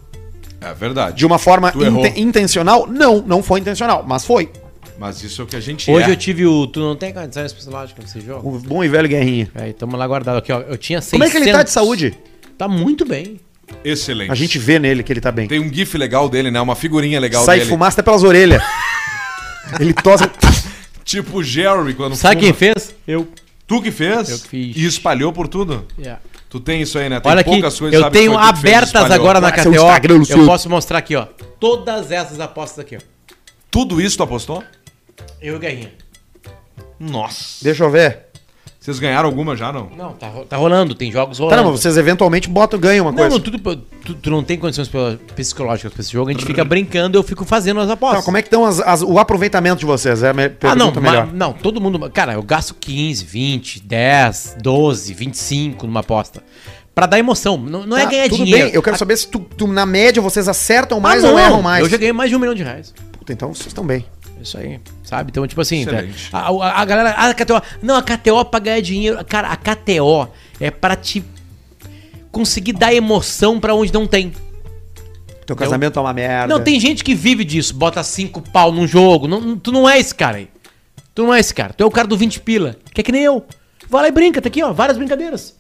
A: É verdade.
C: De uma forma
A: Tu errou.
C: inten- intencional? Não, não foi intencional, mas foi.
A: Mas isso é o que a gente
B: Hoje
A: é.
B: eu tive o... Tu não tem condições psicológicas nesse jogo?
C: O bom e velho Guerrinha.
B: Aí, É, tamo lá guardado. Aqui, ó, eu tinha 600.
C: Como é que ele tá de saúde?
B: Tá muito bem.
A: Excelente.
C: A gente vê nele que ele tá bem.
A: Tem um gif legal dele, né? Uma figurinha legal
C: Sai
A: dele.
C: fumaça até pelas orelhas. ele tosa.
A: Tipo o Jerry quando
B: Sabe quem
A: fuma.
B: fez? Eu.
A: Tu que fez?
B: Eu que fiz.
A: E espalhou por tudo?
B: Yeah.
A: Tu tem isso aí, né? Tem
B: Olha aqui,
A: sabe,
B: eu
A: que foi
B: tenho
A: tu que fez e
B: abertas
A: espalhou.
B: agora na
C: Ah, seu
B: KTO.
C: Instagram, Luciano.
B: Eu posso mostrar aqui, ó. Todas essas apostas aqui, ó.
A: Tudo isso tu apostou?
B: Eu e o Guerrinha.
A: Nossa.
C: Deixa eu ver.
A: Vocês ganharam alguma já, não?
B: Não, tá, ro- tá rolando, tem jogos
C: Tá,
B: rolando.
C: não, mas vocês eventualmente botam, ganham uma
B: Não,
C: coisa.
B: não, tudo pra- tu, tu não tem condições pela- psicológicas pra esse jogo, a gente fica brincando, eu fico fazendo as apostas.
C: Não, Uhum. como é que estão as- as- o aproveitamento de vocês? É a me-
B: ah, não,
C: pergunta melhor.
B: mas- não, todo mundo. Cara, eu gasto 15, 20, 10, 12, 25 numa aposta. Pra dar emoção. Não, não é
C: Tá,
B: ganhar
C: tudo
B: dinheiro.
C: bem, eu quero saber se tu, tu, na média vocês acertam
B: Ah,
C: mais
B: não,
C: ou erram mais.
B: Eu já ganhei mais de um milhão de reais.
C: Puta, então vocês estão bem.
B: Isso aí, sabe? Então, tipo assim, velho,
A: Excelente.
B: a, a, a galera, ah, a KTO, não, a KTO é pra ganhar dinheiro, cara, a KTO é pra te conseguir dar emoção pra onde não tem.
C: Teu casamento é uma merda.
B: Não, tem gente que vive disso, bota cinco pau num jogo, não- não- tu não é esse cara aí. Tu não é esse cara, tu é o cara do 20 pila, que é que nem eu. Vai lá e brinca, tá aqui, ó, várias brincadeiras.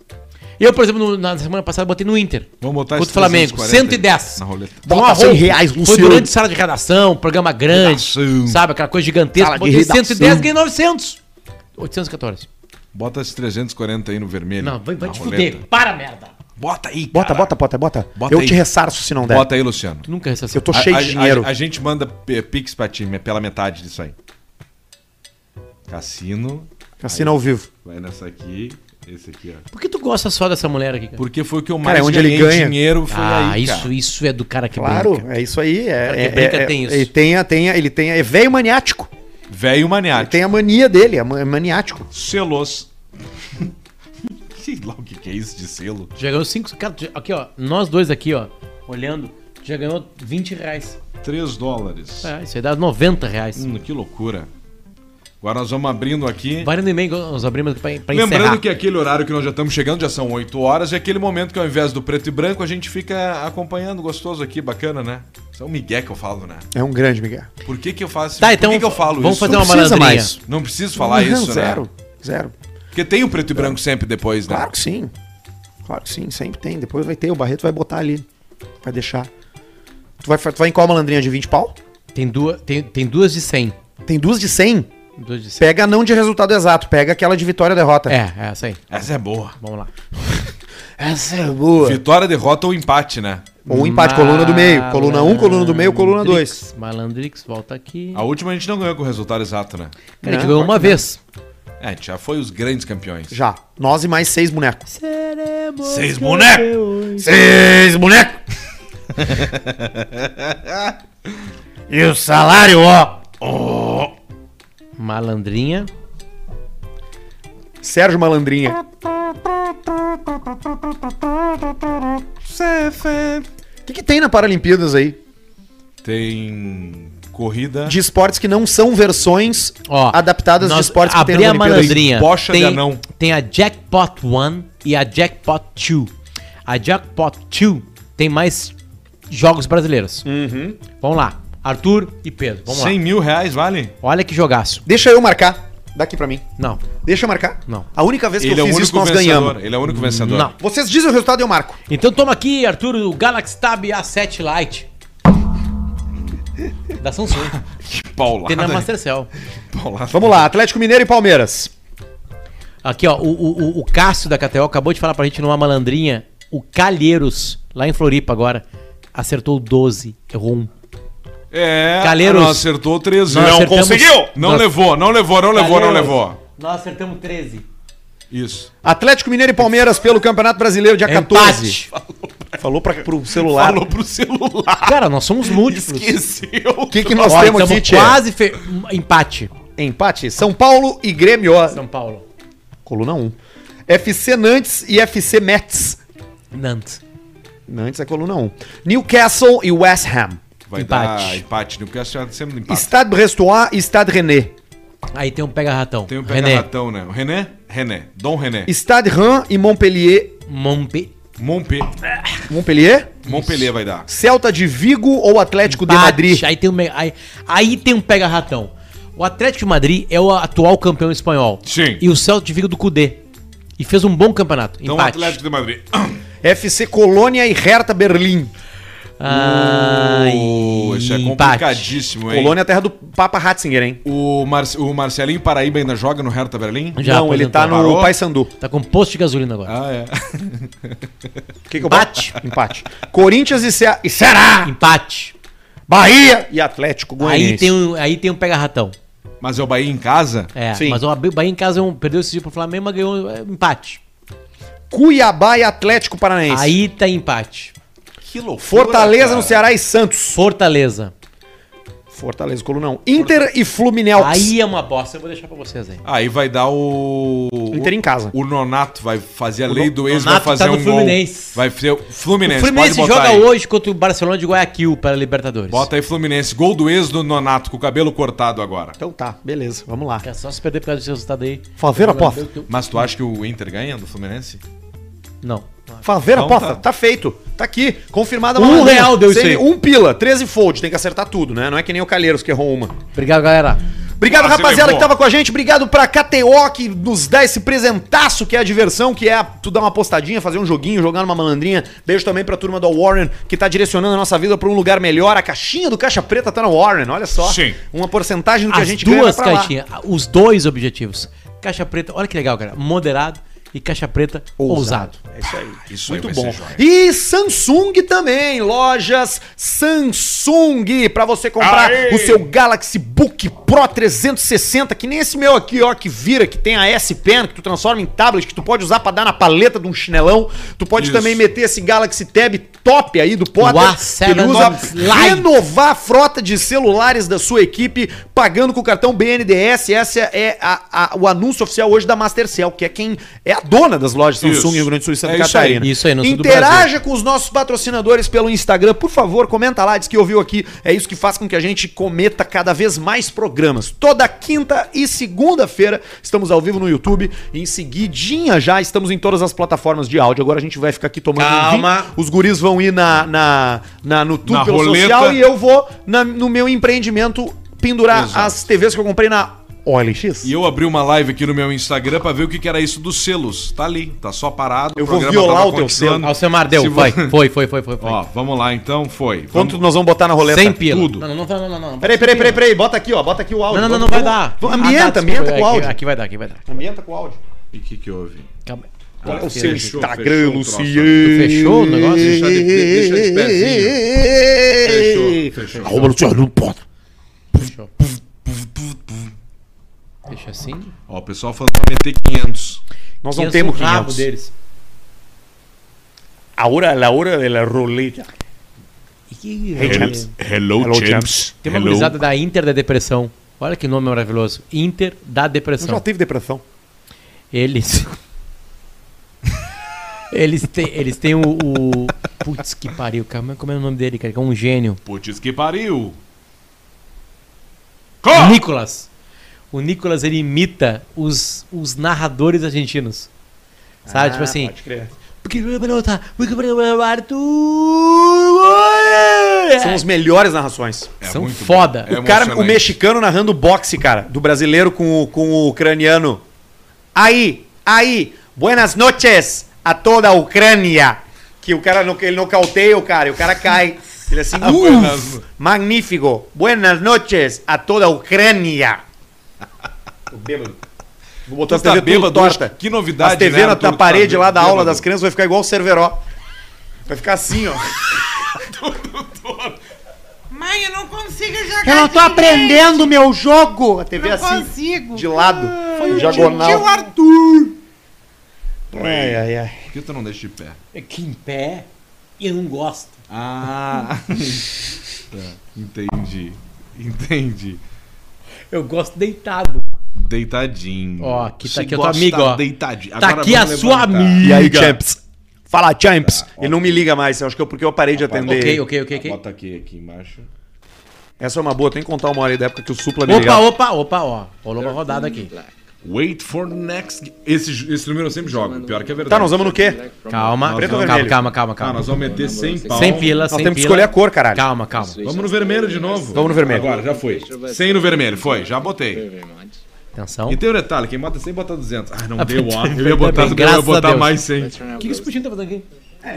B: Eu, por exemplo, no- na semana passada botei no Inter.
A: Vamos botar
B: Contra o
A: esse
B: Flamengo,
A: 340 aí
B: 110.
A: na roleta.
B: Foi um
C: Bota cem
B: arrobo.
C: reais,
B: Foi
C: Luciano.
B: durante sala de redação, programa grande,
A: Redação.
B: sabe? Aquela coisa gigantesca.
C: Sala de
B: Botei
C: redação.
B: 110, ganhei 900. 814.
A: Bota esse 340 aí no vermelho.
B: Não, vai, vai
A: na
B: te
A: roleta.
B: fuder. Para, merda.
A: Bota aí,
C: Bota,
A: cara.
C: bota, bota, bota.
A: Bota
C: eu
A: aí.
C: te ressarço se não der.
A: Bota aí, Luciano.
B: Tu nunca
C: Eu
B: recebeu.
C: tô cheio
A: A- a-
C: de dinheiro.
A: A, a gente manda eh, pix pra ti, é pela metade disso aí. Cassino,
C: Assina ao vivo.
A: vai nessa aqui, esse aqui, ó.
B: Por que tu gosta só dessa mulher aqui, cara?
A: Porque foi o que eu mais
C: Cara, é onde ele
A: ganhei
C: ganha.
A: dinheiro foi
B: ah,
A: aí,
B: isso,
A: cara.
B: isso é do cara que
C: Claro,
B: brinca.
C: é isso aí. É,
B: Cara
C: é,
B: que brinca
C: é-
B: tem isso.
C: Ele tem, a- tem, a- ele tem, a- é velho maniático.
A: Velho
C: Ele
A: maniático.
C: tem a mania dele, é ma- é maniático.
A: Selos. Sei lá o que, que é isso de selo.
B: Já ganhou 5. Cara, tu já- aqui, ó. Nós dois aqui, ó. Olhando, tu já ganhou 20 reais.
A: 3 dólares.
B: É, isso aí dá 90 reais.
A: Hum, que loucura. Agora nós vamos abrindo aqui.
B: Vai no e-mail, nós abrimos aqui pra, pra
A: Lembrando
B: encerrar.
A: que aquele horário que nós já estamos chegando, já são 8 horas, é aquele momento que ao invés do preto e branco, a gente fica acompanhando, gostoso aqui, bacana, né? Isso é um migué que eu falo, né?
C: É um grande, Miguel.
A: Por que, que eu faço
B: Tá,
A: Por
B: então
A: que, que eu falo
B: vamos
A: isso?
B: fazer uma
C: Não precisa
B: malandrinha.
C: mais.
A: Não preciso falar
C: Não,
A: isso, né?
C: zero, Zero.
A: Porque tem o preto e branco sempre depois, né?
C: Claro que sim. Claro que sim, sempre tem. Depois vai ter, o Barreto vai botar ali. Vai deixar. Tu vai, fa- tu vai em qual malandrinha de 20 pau?
B: Tem, duas, tem, tem duas de 100.
C: Tem duas de 100?
B: Duas de 100.
C: Pega não de resultado exato, pega aquela de vitória ou derrota.
B: É, é essa aí.
A: Essa é boa.
B: Vamos lá.
C: Essa é boa.
A: Vitória, derrota ou empate, né?
C: Ou empate, coluna do meio. Coluna 1, um, coluna do meio, coluna 2.
B: Malandrix, Malandrix, volta aqui.
A: A última a gente não ganhou com o resultado exato, né?
B: Cara, a gente
C: Não,
B: ganhou
C: pode
B: uma vez.
A: É, a gente já foi os grandes campeões.
C: Já. Nós e mais seis bonecos.
A: Seis bonecos!
J: Seis bonecos! e o salário, ó!
B: Malandrinha.
C: Sérgio Malandrinha. O que, que tem na Paralimpíadas aí?
A: Tem corrida.
C: De esportes que não são versões
B: Ó,
C: adaptadas de
B: nós
C: esportes que
B: abri a
C: Olimpíadas.
B: malandrinha.
A: Bocha de
B: tem,
A: anão.
B: tem a Jackpot 1 e a Jackpot 2. A Jackpot 2 tem mais jogos brasileiros.
A: Uhum.
B: Vamos lá. Arthur e Pedro. Vamos
A: 100
B: lá.
A: mil reais, vale?
B: Olha que jogaço.
C: Deixa eu marcar. Daqui pra mim.
B: Não.
C: Deixa eu marcar.
B: Não.
C: A única vez que
A: Ele é
C: eu
A: o
C: fiz isso,
A: único
C: nós
A: vencedor.
C: ganhamos.
A: Ele é o único vencedor.
B: Não.
C: Vocês dizem o resultado e eu marco.
B: Então toma aqui, Arthur, o Galaxy Tab A7 Lite. um Da Samsung.
A: Paulada.
B: Tem na
A: hein?
B: Mastercell.
A: Paulada.
C: Vamos lá, Atlético Mineiro e Palmeiras.
B: Aqui, ó, o, o, o- o Cássio da KTO acabou de falar pra gente numa malandrinha. O Calheiros, lá em Floripa agora, acertou 12, errou um.
A: É,
B: Calheiros.
A: não acertou 13.
B: Nós
A: Não,
B: acertamos-
F: conseguiu!
A: não
B: nós-
A: levou, não levou, não levou, não
B: Calheiros,
A: levou.
B: Nós acertamos 13.
A: Isso.
C: Atlético Mineiro e Palmeiras pelo Campeonato Brasileiro, dia 14.
B: É Empate.
C: Falou pra, pro celular.
A: Falou pro celular.
B: Cara, nós somos múltiplos.
A: Esqueceu.
C: O que, que nós
B: Ó,
C: temos
B: estamos
C: aqui, Tchê?
B: quase fe... um empate.
C: Empate. São Paulo e Grêmio. ó. um.
B: São Paulo.
C: Coluna 1. FC Nantes e FC Metz.
B: Nantes.
C: Antes é coluna 1. Newcastle e West Ham.
A: Vai
B: Empate.
A: dar empate. Newcastle é sempre no empate.
C: Estado Brestois e Estado René.
B: Aí tem um pega-ratão.
A: Tem o
B: René.
A: pega-ratão, né? O René? René. Dom René.
C: Estado Ram e Montpellier.
B: Mompe.
A: Montpellier.
C: Montpellier?
A: Montpellier vai dar.
C: Celta de Vigo ou Atlético de Madrid?
B: Aí tem um, me- aí, aí tem um pega-ratão. O Atlético de Madrid é o atual campeão espanhol.
A: Sim.
B: E o Celta de Vigo do Cudê. E fez um bom campeonato.
A: Então
B: empate.
A: Atlético de Madrid.
C: FC Colônia e Hertha Berlim.
B: Ai,
A: Oh, isso é
B: empate.
A: complicadíssimo, hein?
C: Colônia é terra do Papa Ratzinger, hein?
A: O, Mar o Marcelinho Paraíba ainda joga no Hertha Berlim?
B: Já
C: não, ele tá
B: aposentou.
C: no
A: Parou?
C: Paysandu.
B: Tá com posto de gasolina agora.
A: Ah, é.
C: O que, que eu bate? Empate. Corinthians e, Cea... e Ceará.
B: Empate.
C: Bahia e Atlético Goianiense.
B: Aí tem, um, aí tem um pega-ratão.
A: Mas é o Bahia em casa?
B: É,
C: Sim.
B: mas o Ab- Bahia em casa é um- perdeu esse dia pro Flamengo, mas ganhou é, empate.
C: Cuiabá e Atlético Paranaense.
B: Aí tá empate.
A: Que loucura.
C: Fortaleza
A: cara.
C: no Ceará e Santos.
B: Fortaleza.
C: Fortaleza, Colunão. Inter e Fluminense.
B: Aí é uma bosta, eu vou deixar pra vocês aí.
A: Aí vai dar o.
C: Inter em casa.
A: O Nonato vai fazer a lei do ex, vai
B: Nonato
A: fazer
B: tá no
A: um
B: Fluminense.
A: gol. Vai ser o Fluminense.
B: o Fluminense
A: pode botar
B: joga
A: aí.
B: hoje contra o Barcelona de Guayaquil para a Libertadores.
A: Bota aí Fluminense. Gol do ex do Nonato com o cabelo cortado agora.
C: Então tá, beleza, vamos lá.
B: É só se perder por causa desse resultado aí.
C: Faveira,
B: Não,
C: pofa.
A: Mas tu acha que o Inter ganha do Fluminense?
B: Não.
C: Faveira,
A: Então
C: pofa, tá.
A: tá.
C: feito. Tá aqui, confirmada a
B: Um
C: malandrinha.
B: real deu isso
C: Sem-
B: aí.
C: Um pila, 13 fold, tem que acertar tudo, né? Não é que nem o Calheiros que errou uma.
B: Obrigado, galera.
C: Obrigado,
A: Ah, você
C: rapaziada, que
A: lembrou.
C: tava com a gente. Obrigado pra KTO, que nos dá esse presentaço, que é a diversão, que é tu dar uma postadinha, fazer um joguinho, jogar numa malandrinha. Beijo também pra turma do Warren, que tá direcionando a nossa vida pra um lugar melhor. A caixinha do Caixa Preta tá no Warren, olha só.
A: Sim.
C: Uma porcentagem do que a
B: As
C: gente
B: duas
C: pra lá.
B: caixinhas, os dois objetivos. Caixa preta, olha que legal, cara. Moderado e caixa preta ousado.
C: É isso aí.
A: Isso
C: Muito
A: aí
C: bom.
A: vai ser joia.
C: E Samsung também, lojas Samsung, pra você comprar
F: Aê!
C: o seu Galaxy Book Pro 360, que nem esse meu aqui, ó, que vira, que tem a S Pen, que tu transforma em tablet, que tu pode usar pra dar na paleta de um chinelão. Tu pode
A: Isso.
C: também meter esse Galaxy Tab top aí do Potter,
B: A7
C: que ele usa,
B: Lite.
C: renovar a frota de celulares da sua equipe, pagando com o cartão BNDES. Esse é a- a- o anúncio oficial hoje da Mastercell, que é quem é a dona das lojas Samsung
A: Isso.
C: Rio Grande do Sul e Santa
A: É isso
C: Catarina.
B: aí. Isso aí, no sul do
C: Interaja com os nossos patrocinadores pelo Instagram, por favor, comenta lá, diz que ouviu aqui. É isso que faz com que a gente cometa cada vez mais programas. Toda quinta e segunda-feira estamos ao vivo no YouTube. Em seguidinha já estamos em todas as plataformas de áudio. Agora a gente vai ficar aqui tomando
B: Calma.
C: um vinho. Os guris vão ir na, na, na- no tudo
A: Na
C: pelo
A: roleta.
C: social e eu vou na- no meu empreendimento pendurar
A: Exato.
C: as TVs que eu comprei na OLX.
A: E eu abri uma live aqui no meu Instagram pra ver o que, que era isso dos selos. Tá ali, tá só parado.
C: Eu
A: o
C: vou
A: programa
C: violar
A: tava
C: o teu
A: continuando.
B: Alcemar deu,
A: Se vo-
B: vai. Foi, foi, foi, foi. foi.
A: Ó, vamos lá então, foi.
C: Quanto
A: Vamos-
C: nós vamos botar na roleta?
B: Sem pila.
A: tudo.
B: Não, não, não, não, não, não, não.
C: Peraí, peraí, peraí, peraí, bota aqui, ó, bota aqui o áudio.
B: Não, não, não, não
C: É, Vamos-
B: vai dar.
C: vamos-
B: Ah, tá,
C: Ambienta,
B: desculpa,
C: ambienta com o
B: aqui-
C: áudio.
B: Aqui vai dar, aqui vai dar.
C: Ambienta com o áudio.
A: E o que que houve? Ah,
B: Calma.
C: Olha é o seu
B: fechou,
C: Instagram,
A: fechou o troço.
C: Luciano.
B: Fechou o negócio?
A: Deixa de, deixa de pezinho. Fechou, fechou.
E: Arroba Luciano Potter.
B: Fechou. Deixa assim.
A: Ó, o pessoal falando pra meter 500.
C: Nós não temos
B: o rabo
C: 500.
B: deles.
J: Ahora la hora de la roleta.
B: E que-
F: Hello,
J: Hello,
F: champs.
B: Tem uma
F: Hello.
B: gurizada da Inter da Depressão. Olha que nome maravilhoso. Inter da
C: Eu
B: Depressão.
C: já tive depressão.
B: Eles. eles têm, eles têm o, o. Putz, que pariu, cara. Mas Como é o nome dele, cara? Que é um gênio.
A: Putz que pariu.
B: Nicolas. O Nicolas, ele imita os, os narradores argentinos. Sabe?
A: Ah,
B: tipo assim. Porque
C: São as melhores narrações.
A: É
B: São
A: muito bom.
B: foda.
A: É
C: o cara, o
A: emocionante.
C: mexicano narrando boxe, cara, do brasileiro com o, com o ucraniano. Aí, aí, buenas noches a toda a Ucrânia. Que o cara, no- ele nocauteia o cara, e o cara cai. Ele assim,
A: Ah,
C: uff, magnífico. Buenas noches a toda a Ucrânia. O bêbado. Vou botar
A: Tu tá
C: tudo
A: bêbado
C: torta.
A: hoje? Que novidade,
C: As
A: né,
C: TV na
A: Arthur?
C: tua
A: Tu tá
C: parede lá da
A: bêbado.
C: aula das crianças vai ficar igual o Cerveró. Vai ficar assim, ó.
K: Mãe, eu não consigo jogar.
J: Eu não tô aprendendo meu jogo.
C: A TV
K: Não
C: assim,
K: consigo. Ah,
C: de lado. um
K: Tio
C: diagonal.
K: Arthur.
C: Ai, ai, ai.
A: Por que tu não deixa de pé?
B: É que em pé eu não gosto.
A: Ah. Tá, Entendi. Entendi.
B: Eu gosto deitado.
A: Deitadinho.
B: Ó, aqui tá
A: Se
B: aqui a tua
A: gosta
B: amiga, ó.
A: Deitadinho.
B: Tá aqui a
A: vamos
B: sua
A: levantar.
B: amiga.
C: champs? Fala, Champs. Ele não me liga mais, eu acho que é porque eu parei de atender.
B: Ok,
C: ele.
B: ok, ok, ok.
A: Bota aqui, aqui embaixo.
C: Essa é uma boa, tem que contar uma hora aí da época que o Supla me
B: Opa,
C: ligava.
B: opa, opa, ó. Rolou uma rodada aqui.
A: Wait for the next. g- Esse, esse número eu sempre jogo. Pior que é verdade.
C: Tá, nós vamos no quê?
B: Calma,
A: Preto ou
B: calma, calma,
A: vermelho?
B: calma, calma,
A: Ah, nós vamos meter 100 pau.
B: Sem pila,
C: Nós
B: sem
C: temos que
B: pila.
C: escolher a cor, caralho.
B: Calma, calma.
A: Vamos no vermelho de novo.
C: Vamos no vermelho.
A: Agora, já foi. 100 no vermelho, foi. Já botei.
B: Atenção.
A: E tem um detalhe: quem bota 100 bota 200. Ah, não
B: Ah,
A: deu,
B: puta,
A: ó. Eu
B: ainda
A: ia botar, eu
B: bem,
A: ia
B: graças a
A: botar
B: Deus.
A: mais 100.
B: O que, que esse putinho tá fazendo aqui?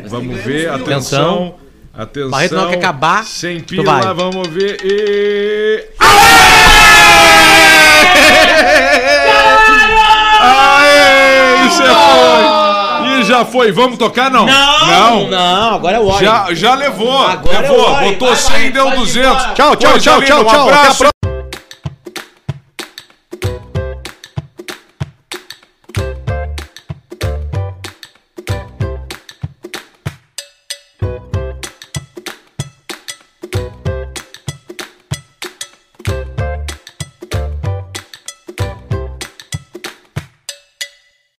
A: Vamos ver, atenção.
B: Atenção.
A: Atenção.
B: Barreto, na hora que acabar,
A: Sem
B: tu
A: pila,
B: vai.
A: vamos ver. E. Aê! Isso é foi! E já foi, vamos tocar não?
B: Não, não, agora é o óleo.
A: Já, já levou,
B: Agora eu
A: levou,
B: olho.
A: botou
B: Vai,
A: 100
B: vai,
A: deu
B: vai,
A: 200.
B: vai.
C: Tchau, tchau,
A: Coisa
C: tchau,
A: linda,
C: tchau,
A: um
C: tchau. Até a
A: abraço.